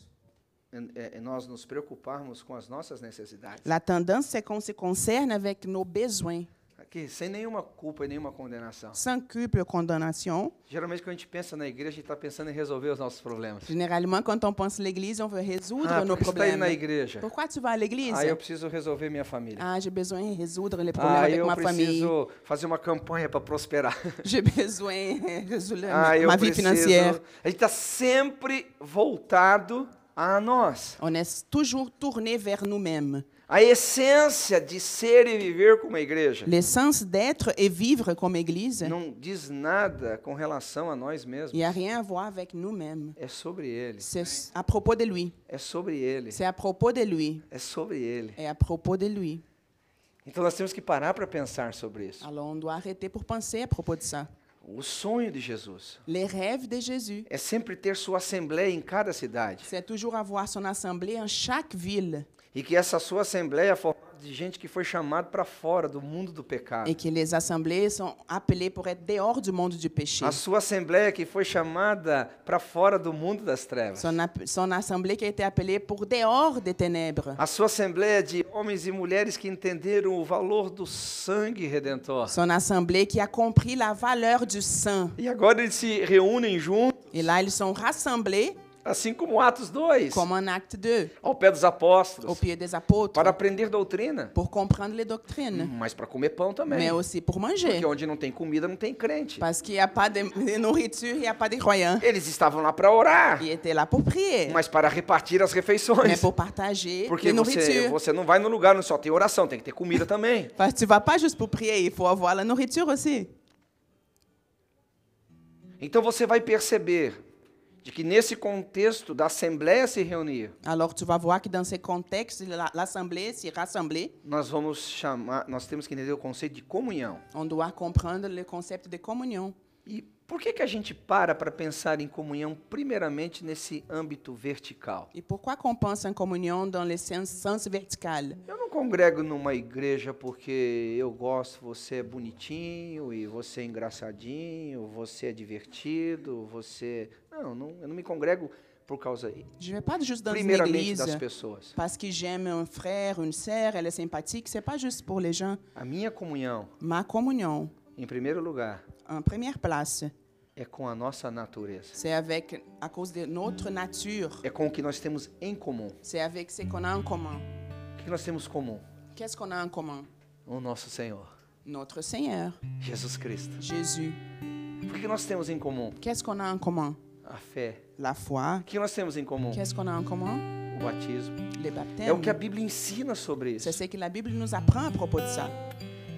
[SPEAKER 1] é- é nós nos preocuparmos com as nossas necessidades.
[SPEAKER 2] la tendance, c'est qu'on se concerne avec nos besoins.
[SPEAKER 1] Aqui, sem nenhuma culpa e nenhuma condenação.
[SPEAKER 2] sans culpa ou condamnation.
[SPEAKER 1] Geralmente, quando a gente pensa na igreja, a gente está pensando em resolver os nossos problemas.
[SPEAKER 2] Généralement, quand on pense à l'Église, on veut résoudre
[SPEAKER 1] Ah,
[SPEAKER 2] nos
[SPEAKER 1] por que você está indo
[SPEAKER 2] problèmes.
[SPEAKER 1] na igreja?
[SPEAKER 2] Pourquoi tu vas à l'Église
[SPEAKER 1] Ah, eu preciso resolver minha família.
[SPEAKER 2] Ah, j'ai besoin de résoudre les problèmes
[SPEAKER 1] Ah,
[SPEAKER 2] avec
[SPEAKER 1] eu
[SPEAKER 2] ma famille.
[SPEAKER 1] preciso fazer uma campanha para prosperar.
[SPEAKER 2] J'ai besoin de résoudre
[SPEAKER 1] Ah, eu
[SPEAKER 2] ma vie
[SPEAKER 1] preciso.
[SPEAKER 2] financière.
[SPEAKER 1] A gente está sempre voltado a nós.
[SPEAKER 2] On est toujours tourné vers nous-mêmes.
[SPEAKER 1] A essência de ser e viver como igreja
[SPEAKER 2] L'essence d'être et vivre comme Église,
[SPEAKER 1] não diz nada com relação a nós
[SPEAKER 2] il
[SPEAKER 1] mesmos.
[SPEAKER 2] n'y a rien à voir avec nous-mêmes.
[SPEAKER 1] É sobre Ele.
[SPEAKER 2] C'est à propos de lui.
[SPEAKER 1] É sobre Ele.
[SPEAKER 2] C'est à propos de lui.
[SPEAKER 1] É sobre Ele.
[SPEAKER 2] Et à propos de lui.
[SPEAKER 1] Então nós temos que parar para pensar sobre isso.
[SPEAKER 2] Alors, on doit arrêter pour penser à propos de ça.
[SPEAKER 1] O sonho de Jesus
[SPEAKER 2] Les rêves de Jésus,
[SPEAKER 1] é sempre ter sua assembleia em cada cidade.
[SPEAKER 2] c'est toujours avoir son assemblée en chaque ville.
[SPEAKER 1] E que essa sua assembleia é formada de gente que foi chamada para fora do mundo do pecado.
[SPEAKER 2] et que les assemblées sont appelées pour être dehors du monde du péché.
[SPEAKER 1] A sua assembleia que foi chamada para fora do mundo das trevas.
[SPEAKER 2] Son, ap- son assemblée qui a été appelée pour dehors des ténèbres.
[SPEAKER 1] A sua assembleia de homens e mulheres que entenderam o valor do sangue redentor.
[SPEAKER 2] Son assemblée qui a compris la valeur du sang.
[SPEAKER 1] E agora eles se reúnem juntos,
[SPEAKER 2] Et là, ils sont rassemblés
[SPEAKER 1] assim como Atos 2,
[SPEAKER 2] comme en acte 2,
[SPEAKER 1] ao pé dos
[SPEAKER 2] au
[SPEAKER 1] apóstolos,
[SPEAKER 2] pied des apôtres,
[SPEAKER 1] para aprender doutrina,
[SPEAKER 2] pour comprendre les doctrines,
[SPEAKER 1] mas para comer pão também.
[SPEAKER 2] mais aussi pour manger.
[SPEAKER 1] Porque onde não tem comida não tem crente.
[SPEAKER 2] Parce qu'il n'y a pas de, de nourriture, il n'y a pas de croyants.
[SPEAKER 1] Eles estavam lá para orar,
[SPEAKER 2] Ils étaient là pour prier,
[SPEAKER 1] mas para repartir as
[SPEAKER 2] mais
[SPEAKER 1] refeições.
[SPEAKER 2] pour partager
[SPEAKER 1] Porque você,
[SPEAKER 2] les nourritures.
[SPEAKER 1] você não vai no lugar, não só tem oração, tem que ter comida também.
[SPEAKER 2] Parce que tu ne vas pas juste pour prier, il faut avoir la nourriture aussi.
[SPEAKER 1] Então você vai perceber de que nesse contexto da assembleia se reunir,
[SPEAKER 2] Alors, tu vas voir que dans ces contextes, la- l'assemblée, s'y rassembler,
[SPEAKER 1] nós vamos chamar, nós temos que entender o conceito de comunhão.
[SPEAKER 2] on doit comprendre le concept de communion.
[SPEAKER 1] E por que que a gente para para pensar em comunhão primeiramente nesse âmbito vertical?
[SPEAKER 2] Et pourquoi qu'on pense en communion dans le sens, sens vertical?
[SPEAKER 1] Eu não congrego numa igreja porque eu gosto, você é bonitinho e você é engraçadinho, você é divertido, você não, não eu não me congrego por causa
[SPEAKER 2] Je ne vais pas juste dans une
[SPEAKER 1] primeiramente das
[SPEAKER 2] église
[SPEAKER 1] pessoas.
[SPEAKER 2] parce que j'aime un frère, une sœur, elle est sympathique. C'est pas juste pour les gens.
[SPEAKER 1] A minha comunhão,
[SPEAKER 2] Ma communion,
[SPEAKER 1] em primeiro lugar,
[SPEAKER 2] en première place,
[SPEAKER 1] é com a nossa natureza,
[SPEAKER 2] c'est avec, à cause de notre nature.
[SPEAKER 1] é com o que nós temos em comum.
[SPEAKER 2] C'est avec ce qu'on a en commun.
[SPEAKER 1] O que nós temos em comum?
[SPEAKER 2] Qu'est-ce qu'on a en commun?
[SPEAKER 1] O nosso Senhor,
[SPEAKER 2] Notre Seigneur,
[SPEAKER 1] Jesus Cristo.
[SPEAKER 2] Jésus.
[SPEAKER 1] O que nós temos em comum?
[SPEAKER 2] Qu'est-ce qu'on a en commun?
[SPEAKER 1] A fé.
[SPEAKER 2] La foi.
[SPEAKER 1] O que nós temos em comum?
[SPEAKER 2] Qu'est-ce qu'on a en commun?
[SPEAKER 1] O batismo.
[SPEAKER 2] Les
[SPEAKER 1] É o que a
[SPEAKER 2] baptêmes.
[SPEAKER 1] Bíblia ensina sobre isso.
[SPEAKER 2] C'est ce que la Bible nous apprend à propos de ça.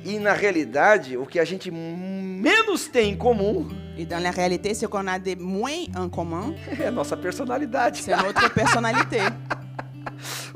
[SPEAKER 1] E na realidade, o que a gente menos tem em comum
[SPEAKER 2] Et dans la réalité, ce qu'on a de moins en commun,
[SPEAKER 1] é a nossa personalidade.
[SPEAKER 2] c'est notre personnalité.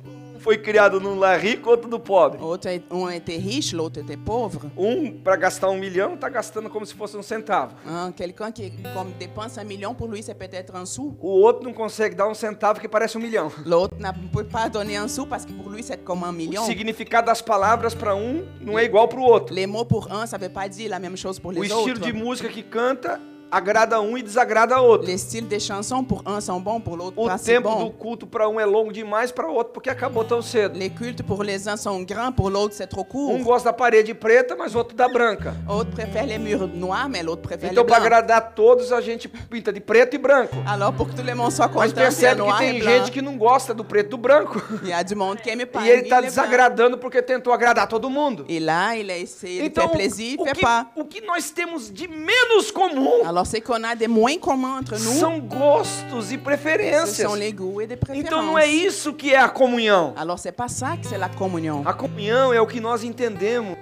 [SPEAKER 1] Um Foi criado num lar rico, outro do pobre.
[SPEAKER 2] Autre est- un était riche, l'autre était pauvre.
[SPEAKER 1] Um, para gastar um milhão, tá gastando como se fosse um centavo.
[SPEAKER 2] Hein, Quelqu'un qui comme dépense un million, pour lui, c'est peut-être un sou.
[SPEAKER 1] O outro não consegue dar um centavo que parece um milhão.
[SPEAKER 2] L'autre ne peut pas donner un sou parce que pour lui, c'est comme un
[SPEAKER 1] O
[SPEAKER 2] million.
[SPEAKER 1] significado das palavras para um não é igual para o outro.
[SPEAKER 2] Les mots pour un, ça ne veut pas dire la même chose pour
[SPEAKER 1] O
[SPEAKER 2] les
[SPEAKER 1] estilo
[SPEAKER 2] autres.
[SPEAKER 1] de música que canta agrada um e desagrada outro.
[SPEAKER 2] Les styles des chansons pour un sont bons, pour l'autre
[SPEAKER 1] O
[SPEAKER 2] pas si
[SPEAKER 1] tempo do
[SPEAKER 2] bons.
[SPEAKER 1] culto para um é longo demais, para o outro porque acabou tão cedo.
[SPEAKER 2] Les cultes pour les uns sont grands, pour l'autre c'est trop
[SPEAKER 1] Um
[SPEAKER 2] court.
[SPEAKER 1] gosta da parede preta, mas outro da branca.
[SPEAKER 2] L'autre préfère les murs noirs, mais l'autre préfère les
[SPEAKER 1] Então, para
[SPEAKER 2] blancs.
[SPEAKER 1] agradar todos, a gente pinta de preto e branco.
[SPEAKER 2] Alors pour que tout le monde soit
[SPEAKER 1] Mas
[SPEAKER 2] content, c'est
[SPEAKER 1] percebe que
[SPEAKER 2] noir et
[SPEAKER 1] tem
[SPEAKER 2] blanc.
[SPEAKER 1] gente que não gosta do preto e do branco.
[SPEAKER 2] Il y a du monde qui aime pas.
[SPEAKER 1] E ele
[SPEAKER 2] ni
[SPEAKER 1] tá
[SPEAKER 2] les
[SPEAKER 1] desagradando porque tentou agradar todo mundo.
[SPEAKER 2] blancs. Et là, il a essayé de
[SPEAKER 1] Então,
[SPEAKER 2] faire plaisir, il
[SPEAKER 1] o
[SPEAKER 2] fait
[SPEAKER 1] que,
[SPEAKER 2] pas.
[SPEAKER 1] o que nós temos de menos comum
[SPEAKER 2] Alors c'est qu'on a des moins communs entre nous.
[SPEAKER 1] são gostos e
[SPEAKER 2] Ce
[SPEAKER 1] preferências.
[SPEAKER 2] sont les goûts et des
[SPEAKER 1] Então, não é
[SPEAKER 2] préférences.
[SPEAKER 1] isso que é a comunhão.
[SPEAKER 2] Alors c'est pas ça que c'est la communion.
[SPEAKER 1] A comunhão é o que nós entendemos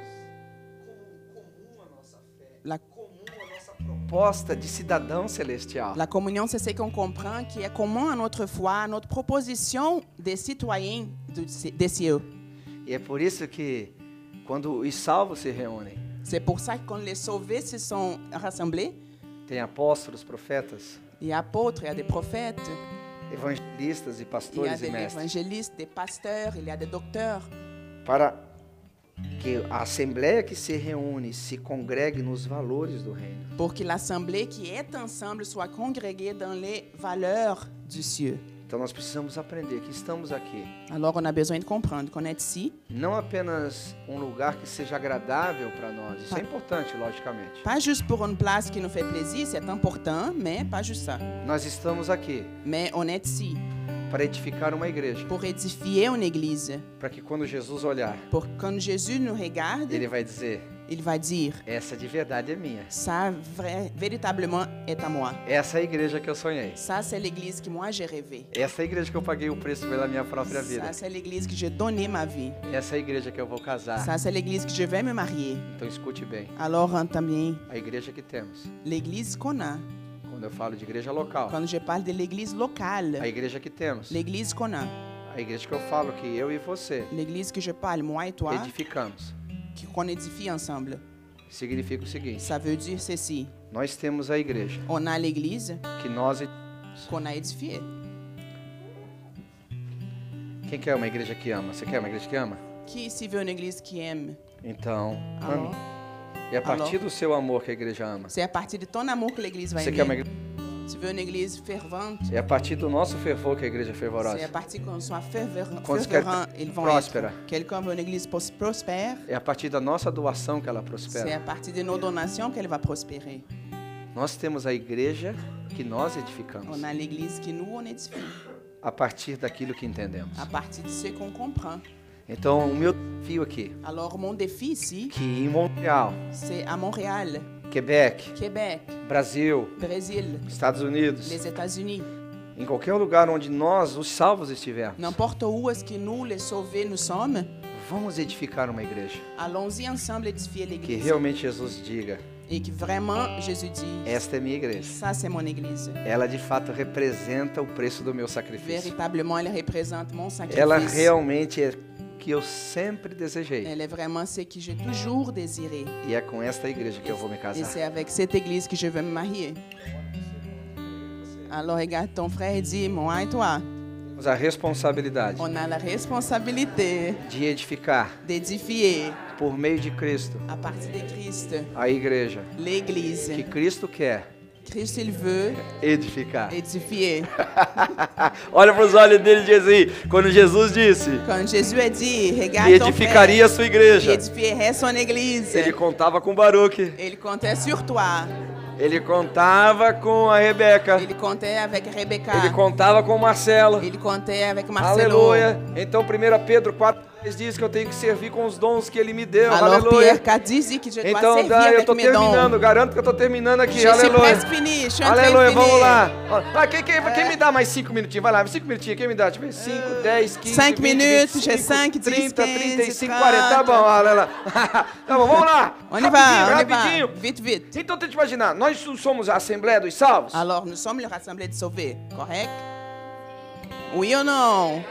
[SPEAKER 2] La,
[SPEAKER 1] como a nossa proposta de cidadão celestial.
[SPEAKER 2] la communion, c'est ce qu'on comprend qui est commun à notre foi, à notre proposition des citoyens du- des cieux.
[SPEAKER 1] E é por isso que, quando os salvos se reúnem,
[SPEAKER 2] C'est pour ça que quand les sauvés se sont rassemblés,
[SPEAKER 1] tem apóstolos, profetas,
[SPEAKER 2] il y a apôtres, il y a des prophètes,
[SPEAKER 1] evangelistas e
[SPEAKER 2] il y a
[SPEAKER 1] pastores
[SPEAKER 2] des
[SPEAKER 1] e mestres,
[SPEAKER 2] évangélistes, des pasteurs, il y a des docteurs.
[SPEAKER 1] para que a assembleia que se reúne se congregue nos valores do reino.
[SPEAKER 2] pour que l'assemblée qui est ensemble soit congrégée dans les valeurs du ciel.
[SPEAKER 1] Então nós precisamos aprender que estamos aqui.
[SPEAKER 2] Alors on a besoin de comprendre qu'on est ici,
[SPEAKER 1] Não apenas um lugar que seja agradável para nós. Isso é importante, logicamente.
[SPEAKER 2] pas juste pour une place qui nous fait plaisir, c'est important, mais pas juste ça.
[SPEAKER 1] Nós estamos aqui
[SPEAKER 2] Mais on est ici
[SPEAKER 1] para edificar uma igreja.
[SPEAKER 2] pour édifier une église.
[SPEAKER 1] Para que quando Jesus olhar,
[SPEAKER 2] Pour quand Jésus nous regarde,
[SPEAKER 1] ele vai dizer:
[SPEAKER 2] il va dire,
[SPEAKER 1] Essa de verdade é minha.
[SPEAKER 2] ça vrai- véritablement est à moi.
[SPEAKER 1] Essa é a igreja que eu sonhei.
[SPEAKER 2] Ça, c'est l'église que moi j'ai rêvé.
[SPEAKER 1] Essa é a igreja que eu paguei o preço pela minha própria vida.
[SPEAKER 2] Ça, c'est l'église que j'ai donné ma vie.
[SPEAKER 1] Essa é a igreja que eu vou casar.
[SPEAKER 2] Ça, c'est l'église que je vais me marier.
[SPEAKER 1] Então escute bem.
[SPEAKER 2] Alors, on bien
[SPEAKER 1] A igreja que temos.
[SPEAKER 2] l'église qu'on a.
[SPEAKER 1] Quando eu falo de igreja local,
[SPEAKER 2] Quand je parle de l'église
[SPEAKER 1] a
[SPEAKER 2] locale,
[SPEAKER 1] igreja que temos.
[SPEAKER 2] l'église qu'on a,
[SPEAKER 1] A igreja que eu falo que eu e você
[SPEAKER 2] l'église que je parle, moi et toi,
[SPEAKER 1] edificamos.
[SPEAKER 2] qui- qu'on édifie ensemble,
[SPEAKER 1] Significa o seguinte:
[SPEAKER 2] ça veut dire ceci.
[SPEAKER 1] nós temos a igreja
[SPEAKER 2] On a l'église
[SPEAKER 1] que nós.
[SPEAKER 2] qu'on a édifiée.
[SPEAKER 1] Quem quer uma igreja que ama? Você quer uma igreja que ama?
[SPEAKER 2] Qui ici veut une église qui aime?
[SPEAKER 1] Então,
[SPEAKER 2] Alors,
[SPEAKER 1] ame. E a partir do seu amor que a igreja ama.
[SPEAKER 2] c'est à partir de ton amour que l'église va
[SPEAKER 1] Você quer uma
[SPEAKER 2] aimer.
[SPEAKER 1] igreja.
[SPEAKER 2] Tu veux une église fervente?
[SPEAKER 1] É a partir do nosso fervor que a igreja é
[SPEAKER 2] C'est à
[SPEAKER 1] fervorosa.
[SPEAKER 2] partir qu'on soit fervent,
[SPEAKER 1] Quando
[SPEAKER 2] fervent,
[SPEAKER 1] quelqu'un-
[SPEAKER 2] ils vont
[SPEAKER 1] prospère.
[SPEAKER 2] être. Quelqu'un veut une église pos- prospère.
[SPEAKER 1] É a partir da nossa doação que ela
[SPEAKER 2] C'est à
[SPEAKER 1] prospera.
[SPEAKER 2] partir de nos donations qu'elle va prospérer.
[SPEAKER 1] Nós temos a igreja que nós edificamos.
[SPEAKER 2] On a l'église qui nous, on édifie,
[SPEAKER 1] A partir daquilo que entendemos.
[SPEAKER 2] à partir de ce qu'on comprend.
[SPEAKER 1] Então, o meu desafio aqui,
[SPEAKER 2] Alors, mon défi ici,
[SPEAKER 1] que em Montreal,
[SPEAKER 2] c'est à Montréal,
[SPEAKER 1] Quebec,
[SPEAKER 2] Québec,
[SPEAKER 1] Brasil,
[SPEAKER 2] Brésil,
[SPEAKER 1] Estados Unidos,
[SPEAKER 2] les États-Unis,
[SPEAKER 1] em qualquer lugar onde nós, os salvos, estivermos,
[SPEAKER 2] n'importe où est-ce que nous, les sauvés, nous sommes,
[SPEAKER 1] vamos edificar uma igreja.
[SPEAKER 2] allons-y ensemble édifier
[SPEAKER 1] Que
[SPEAKER 2] l'église.
[SPEAKER 1] realmente Jesus diga:
[SPEAKER 2] Et que vraiment, Jésus dit,
[SPEAKER 1] Esta é minha igreja.
[SPEAKER 2] ça, c'est mon église.
[SPEAKER 1] Ela de fato representa o preço do meu sacrifício.
[SPEAKER 2] Véritablement, elle représente mon
[SPEAKER 1] Ela
[SPEAKER 2] sacrifice.
[SPEAKER 1] realmente é o que eu sempre desejei.
[SPEAKER 2] Elle est vraiment ce que j'ai toujours désiré.
[SPEAKER 1] E é com esta igreja que eu vou me
[SPEAKER 2] Et
[SPEAKER 1] casar.
[SPEAKER 2] c'est avec cette église que je veux me marier. Alors regarde ton frère et dis, moi et toi,
[SPEAKER 1] Temos a responsabilidade
[SPEAKER 2] on a la responsabilité
[SPEAKER 1] de edificar,
[SPEAKER 2] d'édifier
[SPEAKER 1] por meio de Cristo,
[SPEAKER 2] à partir de Christ
[SPEAKER 1] a igreja
[SPEAKER 2] l'église.
[SPEAKER 1] que Cristo quer
[SPEAKER 2] Christ, il veut
[SPEAKER 1] edificar.
[SPEAKER 2] É. édifier.
[SPEAKER 1] Olha para os olhos dele e diz assim, quando Jesus disse
[SPEAKER 2] Quand Jésus a
[SPEAKER 1] que
[SPEAKER 2] dit, regarde ton frère,
[SPEAKER 1] edificaria a sua
[SPEAKER 2] il
[SPEAKER 1] igreja,
[SPEAKER 2] édifierait son église.
[SPEAKER 1] ele contava com Baruque,
[SPEAKER 2] Il comptait sur toi.
[SPEAKER 1] ele contava com a Rebeca,
[SPEAKER 2] Il comptait avec Rebecca.
[SPEAKER 1] ele contava com Marcelo.
[SPEAKER 2] Il comptait avec Marcelo.
[SPEAKER 1] Aleluia. Então 1 Pedro 4 diz que eu tenho que servir com os dons que ele me deu.
[SPEAKER 2] Alors
[SPEAKER 1] Aleluia.
[SPEAKER 2] Pierre qu'a dit que je dois
[SPEAKER 1] Então,
[SPEAKER 2] servir
[SPEAKER 1] dá, eu
[SPEAKER 2] avec
[SPEAKER 1] tô
[SPEAKER 2] mes dons.
[SPEAKER 1] terminando, garanto que eu tô terminando aqui.
[SPEAKER 2] Je suis
[SPEAKER 1] Aleluia.
[SPEAKER 2] presque fini, je suis en train de
[SPEAKER 1] Aleluia, vamos
[SPEAKER 2] finir.
[SPEAKER 1] lá. Ó, Vai, quem, quem-
[SPEAKER 2] É.
[SPEAKER 1] quem me dá mais cinco minutinhos? Vai lá, cinco minutinhos, quem me dá? 5, 10, 15, 20,
[SPEAKER 2] Cinco minutos,
[SPEAKER 1] 25,
[SPEAKER 2] é cinco, dez,
[SPEAKER 1] 30,
[SPEAKER 2] quinze,
[SPEAKER 1] 35,
[SPEAKER 2] trinta.
[SPEAKER 1] 40. Tá bom, olha lá. tá bom, vamos lá.
[SPEAKER 2] On y va, on y
[SPEAKER 1] rapidinho,
[SPEAKER 2] va.
[SPEAKER 1] rapidinho.
[SPEAKER 2] Vite, vite.
[SPEAKER 1] Então tenta imaginar, nós somos a Assembleia dos Salvos?
[SPEAKER 2] Alors, nous sommes le rassemblé de sauvés, correct? Oui ou non?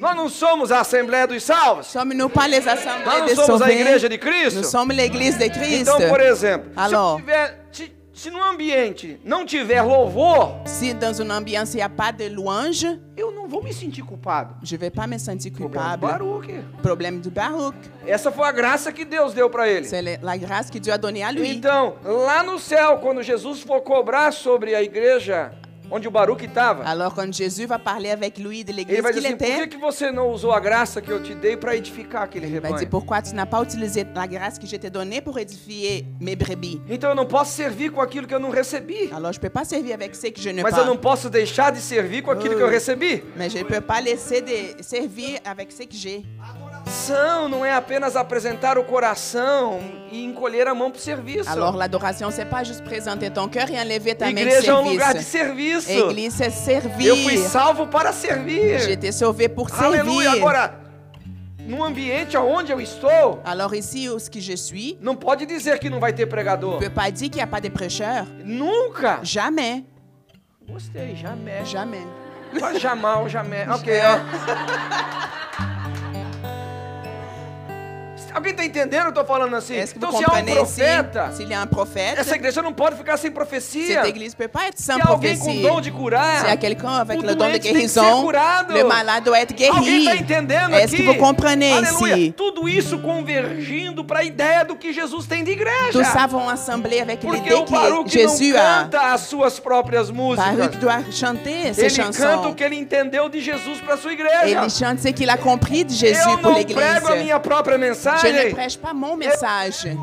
[SPEAKER 1] Nós não somos a Assembleia dos Salvos?
[SPEAKER 2] Sommes-nous pas les
[SPEAKER 1] Nós
[SPEAKER 2] assemblées
[SPEAKER 1] não
[SPEAKER 2] de
[SPEAKER 1] somos a
[SPEAKER 2] sauvés?
[SPEAKER 1] Igreja de Cristo?
[SPEAKER 2] Nous sommes l'église de Christ.
[SPEAKER 1] Então, por exemplo, se
[SPEAKER 2] Alô?
[SPEAKER 1] eu tiver- se, se no ambiente não tiver louvor,
[SPEAKER 2] Si dans une ambiance il n'y a pas de louange,
[SPEAKER 1] eu não vou me sentir culpado.
[SPEAKER 2] je ne vais pas me sentir
[SPEAKER 1] Problema do
[SPEAKER 2] coupable.
[SPEAKER 1] Baruque.
[SPEAKER 2] Problème du baroque.
[SPEAKER 1] Essa foi a graça que Deus deu para ele.
[SPEAKER 2] C'est le- la grâce que Dieu a donnée à lui.
[SPEAKER 1] Então, lá no céu, quando Jesus for cobrar sobre a igreja onde o Baruque estava,
[SPEAKER 2] Alors, quand Jésus va parler avec lui de
[SPEAKER 1] ele
[SPEAKER 2] l'église
[SPEAKER 1] vai
[SPEAKER 2] qu'il
[SPEAKER 1] dizer assim, por que,
[SPEAKER 2] était,
[SPEAKER 1] que você não usou a graça que eu te dei para edificar aquele
[SPEAKER 2] il va dire
[SPEAKER 1] rebanho?
[SPEAKER 2] Pourquoi tu n'as pas utilisé la grâce que je t'ai donnée pour édifier mes brebis
[SPEAKER 1] Então eu não posso servir com aquilo que eu não recebi,
[SPEAKER 2] Alors, je ne peux pas servir avec ce que je n'ai
[SPEAKER 1] mas eu
[SPEAKER 2] pas.
[SPEAKER 1] não posso deixar de servir com aquilo que eu recebi.
[SPEAKER 2] Mais je ne peux pas laisser de servir avec ce que j'ai.
[SPEAKER 1] São não é apenas apresentar o coração e encolher a mão pro serviço.
[SPEAKER 2] Alors l'adoration, c'est pas juste présenter ton cœur et enlever ta main de
[SPEAKER 1] Igreja é um lugar de
[SPEAKER 2] service.
[SPEAKER 1] serviço.
[SPEAKER 2] Église, c'est
[SPEAKER 1] Eu fui
[SPEAKER 2] servir.
[SPEAKER 1] salvo para servir.
[SPEAKER 2] J'ai été sauvé pour
[SPEAKER 1] Aleluia.
[SPEAKER 2] servir.
[SPEAKER 1] Agora, no ambiente onde eu estou,
[SPEAKER 2] Alors ici où ce que je suis,
[SPEAKER 1] não pode dizer que não vai ter
[SPEAKER 2] on
[SPEAKER 1] pregador.
[SPEAKER 2] peut pas dire qu'il n'y a pas de prêcheurs.
[SPEAKER 1] Nunca.
[SPEAKER 2] Jamais,
[SPEAKER 1] Gostei, jamais.
[SPEAKER 2] jamais.
[SPEAKER 1] Faz Jamal, jamais. Ok, ó. Alguém está entendendo o que eu estou falando assim?
[SPEAKER 2] Est-ce que vous
[SPEAKER 1] Então, se há um
[SPEAKER 2] comprenez ici?
[SPEAKER 1] profeta,
[SPEAKER 2] S'il y a un prophète,
[SPEAKER 1] essa igreja não pode ficar sem profecia.
[SPEAKER 2] cette église ne peut pas être sans
[SPEAKER 1] Se há alguém com o
[SPEAKER 2] prophétie.
[SPEAKER 1] dom de curar,
[SPEAKER 2] S'il y a quelqu'un avec
[SPEAKER 1] o
[SPEAKER 2] le don de
[SPEAKER 1] doente Ah, tem que ser
[SPEAKER 2] guérison,
[SPEAKER 1] curado.
[SPEAKER 2] le malade doit être
[SPEAKER 1] Alguém
[SPEAKER 2] guéri.
[SPEAKER 1] está entendendo
[SPEAKER 2] Est-ce
[SPEAKER 1] aqui?
[SPEAKER 2] É que vous comprenez
[SPEAKER 1] Aleluia.
[SPEAKER 2] ici?
[SPEAKER 1] Tudo isso convergindo para a ideia do que Jesus tem de igreja.
[SPEAKER 2] Nous savons assembler avec
[SPEAKER 1] Porque
[SPEAKER 2] l'idée
[SPEAKER 1] o Baruch
[SPEAKER 2] que Jésus
[SPEAKER 1] não
[SPEAKER 2] a.
[SPEAKER 1] canta as suas próprias músicas.
[SPEAKER 2] Baruch doit chanter ces
[SPEAKER 1] Ele canta
[SPEAKER 2] chansons.
[SPEAKER 1] o que ele entendeu de Jesus para sua igreja.
[SPEAKER 2] Il chante ce qu'il a compris de Jésus
[SPEAKER 1] Eu
[SPEAKER 2] pour
[SPEAKER 1] não
[SPEAKER 2] l'Église.
[SPEAKER 1] prego a minha própria
[SPEAKER 2] Je ne
[SPEAKER 1] mensagem.
[SPEAKER 2] prêche pas mon message.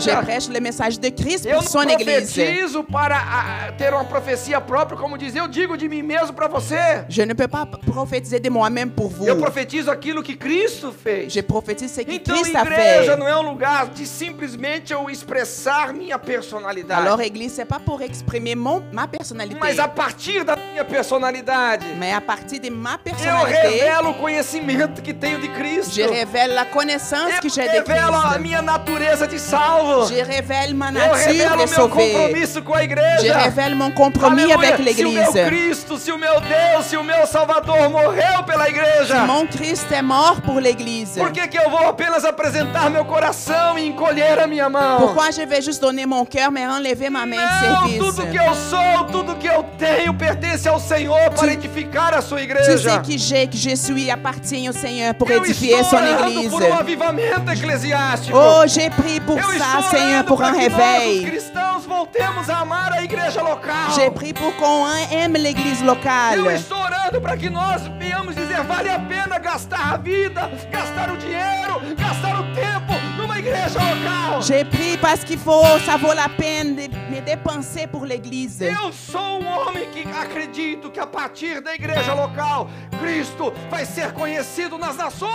[SPEAKER 2] Je
[SPEAKER 1] igreja.
[SPEAKER 2] prêche le message de Christ
[SPEAKER 1] Eu
[SPEAKER 2] pour
[SPEAKER 1] não
[SPEAKER 2] son Église.
[SPEAKER 1] profetizo para ah, ter uma profecia própria, como diz, eu digo de mim mesmo para você.
[SPEAKER 2] Je ne peux pas prophétiser de moi-même pour vous.
[SPEAKER 1] Eu profetizo aquilo que Cristo fez.
[SPEAKER 2] Je prophétise ce que
[SPEAKER 1] Então,
[SPEAKER 2] Christ a fait.
[SPEAKER 1] igreja não é um lugar de simplesmente eu expressar minha personalidade,
[SPEAKER 2] Alors, Église, c'est pas pour exprimer mon, ma personnalité,
[SPEAKER 1] mas a partir da minha personalidade,
[SPEAKER 2] mais à partir de ma
[SPEAKER 1] eu
[SPEAKER 2] personnalité,
[SPEAKER 1] revelo o conhecimento que tenho de Cristo.
[SPEAKER 2] je révèle la connaissance que j'ai de
[SPEAKER 1] Eu revelo a
[SPEAKER 2] Christ.
[SPEAKER 1] minha natureza de salvo.
[SPEAKER 2] Je révèle ma
[SPEAKER 1] Eu
[SPEAKER 2] nature
[SPEAKER 1] revelo
[SPEAKER 2] de
[SPEAKER 1] o meu
[SPEAKER 2] sauvé.
[SPEAKER 1] compromisso com a
[SPEAKER 2] Je
[SPEAKER 1] igreja.
[SPEAKER 2] révèle mon compromis
[SPEAKER 1] Aleluia. Se
[SPEAKER 2] avec
[SPEAKER 1] o meu
[SPEAKER 2] l'Église.
[SPEAKER 1] Cristo, se o meu Deus, se o meu Salvador morreu pela igreja,
[SPEAKER 2] Mon Christ est mort pour l'Église.
[SPEAKER 1] por que, que eu vou apenas apresentar meu coração e encolher a minha mão?
[SPEAKER 2] Pourquoi je vais juste donner mon cœur mais enlever ma main
[SPEAKER 1] Não,
[SPEAKER 2] de
[SPEAKER 1] tudo que
[SPEAKER 2] service?
[SPEAKER 1] eu sou, tudo que eu tenho pertence ao Senhor para edificar a sua
[SPEAKER 2] Tu sais
[SPEAKER 1] igreja.
[SPEAKER 2] qui j'ai, que je suis appartient au Seigneur pour
[SPEAKER 1] Eu
[SPEAKER 2] édifier
[SPEAKER 1] estou
[SPEAKER 2] son
[SPEAKER 1] orando
[SPEAKER 2] Église.
[SPEAKER 1] por um avivamento eclesiástico.
[SPEAKER 2] Oh, j'ai prié pour
[SPEAKER 1] eu estou
[SPEAKER 2] ça, Seigneur,
[SPEAKER 1] orando
[SPEAKER 2] pour
[SPEAKER 1] para
[SPEAKER 2] un
[SPEAKER 1] que nós, os
[SPEAKER 2] réveil.
[SPEAKER 1] cristãos, voltemos a amar a igreja local.
[SPEAKER 2] J'ai prié pour qu'on aime l'Église locale.
[SPEAKER 1] Eu estou orando para que nós venhamos dizer: vale a pena gastar a vida, gastar o dinheiro, gastar o tempo numa igreja local.
[SPEAKER 2] J'ai prié parce qu'il faut, ça vaut la peine de me dépenser pour l'Église.
[SPEAKER 1] Eu sou um homem que acredito que a partir da igreja local, Cristo vai ser conhecido nas nações.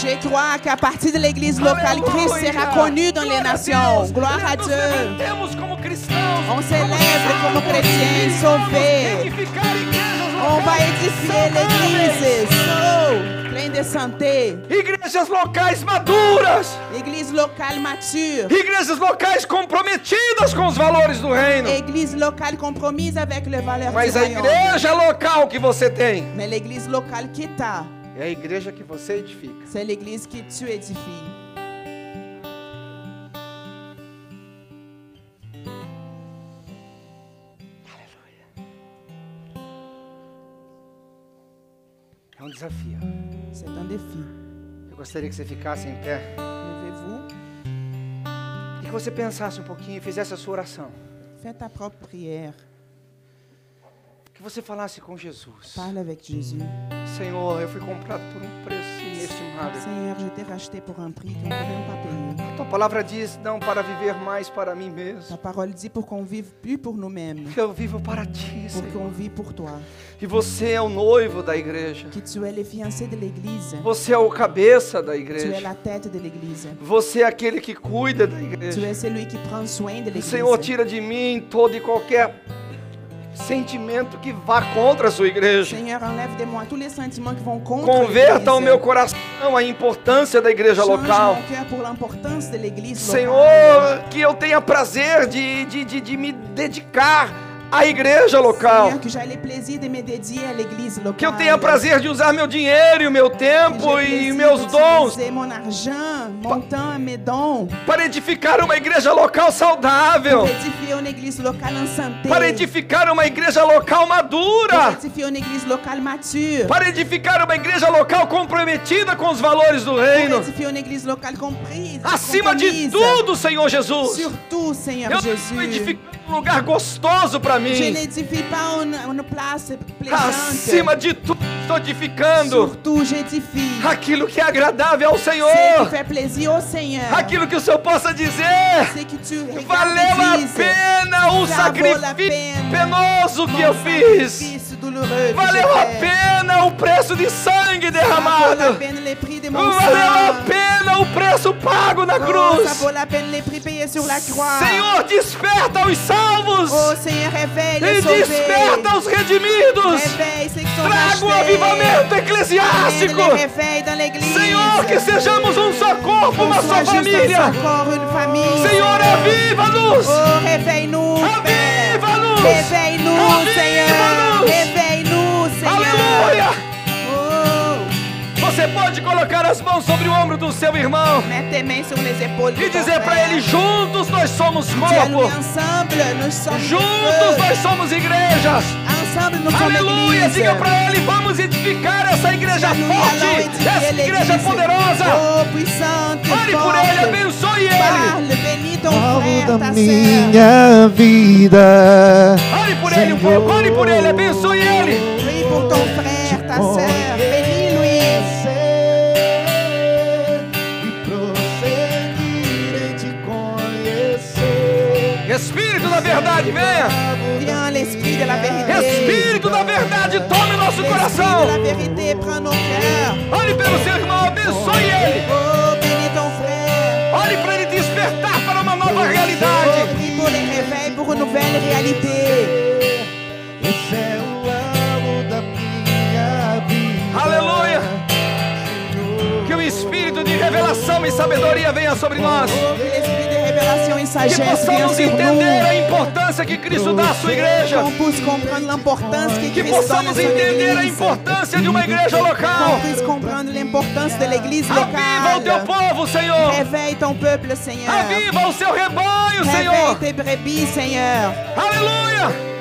[SPEAKER 2] Je crois qu'à partir de l'Église locale, Christ
[SPEAKER 1] Aleluia.
[SPEAKER 2] sera connu dans les
[SPEAKER 1] Glória a
[SPEAKER 2] nations.
[SPEAKER 1] Deus.
[SPEAKER 2] Gloire à
[SPEAKER 1] Nos
[SPEAKER 2] Dieu.
[SPEAKER 1] levantemos como cristãos.
[SPEAKER 2] On célèbre como chrétiens sauvés.
[SPEAKER 1] Edificar igrejas
[SPEAKER 2] On va
[SPEAKER 1] locais
[SPEAKER 2] édifier
[SPEAKER 1] saudáveis.
[SPEAKER 2] l'Église. So, plein de santé.
[SPEAKER 1] Igrejas locais maduras.
[SPEAKER 2] Église locale mature.
[SPEAKER 1] Igrejas locais comprometidas com os valores do reino.
[SPEAKER 2] Église locale compromise avec les valeurs
[SPEAKER 1] Mas
[SPEAKER 2] du
[SPEAKER 1] a
[SPEAKER 2] royaume.
[SPEAKER 1] igreja local que você tem
[SPEAKER 2] Mais l'église locale qui t'a,
[SPEAKER 1] é a igreja que você edifica.
[SPEAKER 2] c'est l'église qui tu édifies.
[SPEAKER 1] É um desafio.
[SPEAKER 2] C'est un défi.
[SPEAKER 1] Eu gostaria que você ficasse em pé
[SPEAKER 2] Levez-vous,
[SPEAKER 1] e que você pensasse um pouquinho e fizesse a sua oração.
[SPEAKER 2] fais ta propre prière.
[SPEAKER 1] Que você falasse com Jesus.
[SPEAKER 2] Parle avec Jésus.
[SPEAKER 1] Senhor, eu fui comprado por um preço inestimável.
[SPEAKER 2] Seigneur, je t'ai racheté pour un prix qu'on ne peut même pas payer.
[SPEAKER 1] Tua palavra diz não para viver mais para mim mesmo.
[SPEAKER 2] Ta parole dit pour qu'on vive plus pour nous-mêmes,
[SPEAKER 1] que Eu vivo para ti,
[SPEAKER 2] pour
[SPEAKER 1] Senhor.
[SPEAKER 2] qu'on vive pour toi.
[SPEAKER 1] E você é o noivo da igreja.
[SPEAKER 2] Que tu es le fiancé de l'église.
[SPEAKER 1] Você é o cabeça da
[SPEAKER 2] Tu es la
[SPEAKER 1] igreja.
[SPEAKER 2] tête de l'église.
[SPEAKER 1] Você é aquele que cuida da
[SPEAKER 2] Tu
[SPEAKER 1] igreja.
[SPEAKER 2] es celui qui prend soin de l'église.
[SPEAKER 1] Senhor, tira de mim todo e qualquer sentimento que vá contra a sua igreja.
[SPEAKER 2] Seigneur, enlève de moi tous les sentiments qui vont contre
[SPEAKER 1] Converta o
[SPEAKER 2] l'église.
[SPEAKER 1] meu coração à importância da igreja
[SPEAKER 2] Change
[SPEAKER 1] local.
[SPEAKER 2] mon cœur pour l'importance de l'église locale.
[SPEAKER 1] Senhor, que eu tenha prazer de, de, de, de me dedicar à igreja local.
[SPEAKER 2] Seigneur, que j'aie le plaisir de me dédier à l'église locale.
[SPEAKER 1] Que eu tenha prazer de usar meu dinheiro e o meu
[SPEAKER 2] Que
[SPEAKER 1] tempo
[SPEAKER 2] j'aie
[SPEAKER 1] e
[SPEAKER 2] le plaisir
[SPEAKER 1] meus dons
[SPEAKER 2] d'utiliser mon argent, mon temps, mes dons.
[SPEAKER 1] para edificar uma igreja local saudável.
[SPEAKER 2] Pour édifier une église locale en santé.
[SPEAKER 1] Para edificar uma igreja local
[SPEAKER 2] Pour
[SPEAKER 1] madura.
[SPEAKER 2] édifier une église locale mature.
[SPEAKER 1] Para edificar uma igreja local comprometida com os valores do
[SPEAKER 2] Pour
[SPEAKER 1] reino.
[SPEAKER 2] édifier une église locale comprise.
[SPEAKER 1] Acima de
[SPEAKER 2] compromise.
[SPEAKER 1] tudo, Senhor Jesus.
[SPEAKER 2] Surtout, Seigneur
[SPEAKER 1] Eu estou
[SPEAKER 2] Jésus.
[SPEAKER 1] edificando um lugar gostoso para
[SPEAKER 2] Je
[SPEAKER 1] mim.
[SPEAKER 2] n'édifie pas une, une place
[SPEAKER 1] Acima
[SPEAKER 2] plaisante.
[SPEAKER 1] de tudo, estou edificando
[SPEAKER 2] Surtout, j'édifie.
[SPEAKER 1] aquilo que é agradável ao
[SPEAKER 2] Ce qui
[SPEAKER 1] Senhor.
[SPEAKER 2] fait plaisir au Seigneur.
[SPEAKER 1] Aquilo que o Senhor possa dizer.
[SPEAKER 2] C'est que tu regardes
[SPEAKER 1] Valeu a
[SPEAKER 2] et dises,
[SPEAKER 1] pena o
[SPEAKER 2] Já valeu a
[SPEAKER 1] sacrifício
[SPEAKER 2] pena.
[SPEAKER 1] penoso que
[SPEAKER 2] Mon
[SPEAKER 1] eu fiz.
[SPEAKER 2] sacrifice douloureux que
[SPEAKER 1] Valeu a
[SPEAKER 2] j'ai fait.
[SPEAKER 1] pena o preço de sangue
[SPEAKER 2] Ça vaut la
[SPEAKER 1] derramado.
[SPEAKER 2] peine les prix de mon
[SPEAKER 1] Valeu a
[SPEAKER 2] sang.
[SPEAKER 1] pena o preço pago na
[SPEAKER 2] Oh, ça
[SPEAKER 1] cruz.
[SPEAKER 2] vaut la peine les prix payés sur la croix.
[SPEAKER 1] Senhor, desperta os salvos
[SPEAKER 2] oh Seigneur, réveille les
[SPEAKER 1] e desperta
[SPEAKER 2] sauvés.
[SPEAKER 1] os redimidos.
[SPEAKER 2] Réveille ceux qui sont
[SPEAKER 1] Traga o
[SPEAKER 2] rachetés.
[SPEAKER 1] avivamento
[SPEAKER 2] Amène
[SPEAKER 1] eclesiástico.
[SPEAKER 2] les réveils dans l'église.
[SPEAKER 1] Senhor, que sejamos um só corpo, uma
[SPEAKER 2] Qu'on soit
[SPEAKER 1] só
[SPEAKER 2] juste
[SPEAKER 1] família.
[SPEAKER 2] un seul corps, une famille.
[SPEAKER 1] Senhor, é aviva-nos.
[SPEAKER 2] Oh, réveille-nous, Père.
[SPEAKER 1] Aviva-nous.
[SPEAKER 2] Réveille-nous, Seigneur.
[SPEAKER 1] Aviva-nous.
[SPEAKER 2] Réveille-nous, Seigneur.
[SPEAKER 1] Aleluia.
[SPEAKER 2] Oh.
[SPEAKER 1] Você pode de colocar as mãos sobre o ombro do seu irmão
[SPEAKER 2] Mets tes mains sur les épaules. de
[SPEAKER 1] e
[SPEAKER 2] ton
[SPEAKER 1] dizer para
[SPEAKER 2] frère.
[SPEAKER 1] ele: juntos nós somos
[SPEAKER 2] Dis-lui
[SPEAKER 1] corpo,
[SPEAKER 2] ensemble, nous sommes
[SPEAKER 1] juntos
[SPEAKER 2] heureux.
[SPEAKER 1] nós somos igrejas.
[SPEAKER 2] Ensemble, nous sommes
[SPEAKER 1] Aleluia!
[SPEAKER 2] l'église.
[SPEAKER 1] Diga para ele: vamos edificar essa igreja
[SPEAKER 2] Nous allons
[SPEAKER 1] forte,
[SPEAKER 2] édifier
[SPEAKER 1] essa igreja
[SPEAKER 2] l'église.
[SPEAKER 1] poderosa.
[SPEAKER 2] Oh, puissante,
[SPEAKER 1] Ore por
[SPEAKER 2] forte.
[SPEAKER 1] ele, abençoe ele.
[SPEAKER 2] Parle, bénis ton frère,
[SPEAKER 3] Alvo da
[SPEAKER 2] ta sœur.
[SPEAKER 3] minha vida.
[SPEAKER 1] Ore por ele, um ore por ele, abençoe ele.
[SPEAKER 2] Prie pour ton frère, ta sœur. Bénis-lui.
[SPEAKER 3] Conhecer e prosseguir em te conhecer.
[SPEAKER 1] Espírito da verdade, venha.
[SPEAKER 2] Viens, l'esprit de la vérité.
[SPEAKER 1] Espírito da verdade, tome nosso
[SPEAKER 2] L'esprit
[SPEAKER 1] coração.
[SPEAKER 2] de la vérité, prends nos cœurs.
[SPEAKER 1] Ore pelo seu irmão, abençoe ele.
[SPEAKER 2] Oh, bénis ton frère.
[SPEAKER 1] Ore para ele despertar para uma nova realidade.
[SPEAKER 2] Prie pour les réveils, pour une nouvelle réalité.
[SPEAKER 3] Esse é o alvo da minha vida.
[SPEAKER 1] Aleluia. Que o espírito de revelação e sabedoria venha sobre nós.
[SPEAKER 2] Oh, que l'esprit de révélation et
[SPEAKER 1] Que
[SPEAKER 2] sagesse vienne
[SPEAKER 1] possamos
[SPEAKER 2] sur
[SPEAKER 1] entender a
[SPEAKER 2] nous.
[SPEAKER 1] importância que Cristo dá à sua igreja.
[SPEAKER 2] Qu'on puisse comprendre l'importance que
[SPEAKER 1] Que
[SPEAKER 2] Christ donne à
[SPEAKER 1] possamos
[SPEAKER 2] son
[SPEAKER 1] entender a
[SPEAKER 2] Église.
[SPEAKER 1] importância de uma igreja local.
[SPEAKER 2] Qu'on puisse comprendre l'importance de l'Église
[SPEAKER 1] Aviva o teu
[SPEAKER 2] locale.
[SPEAKER 1] povo, Senhor.
[SPEAKER 2] Réveille ton peuple, Seigneur.
[SPEAKER 1] Aviva o seu rebanho,
[SPEAKER 2] Réveille
[SPEAKER 1] Senhor.
[SPEAKER 2] tes brebis, Seigneur.
[SPEAKER 1] Aleluia.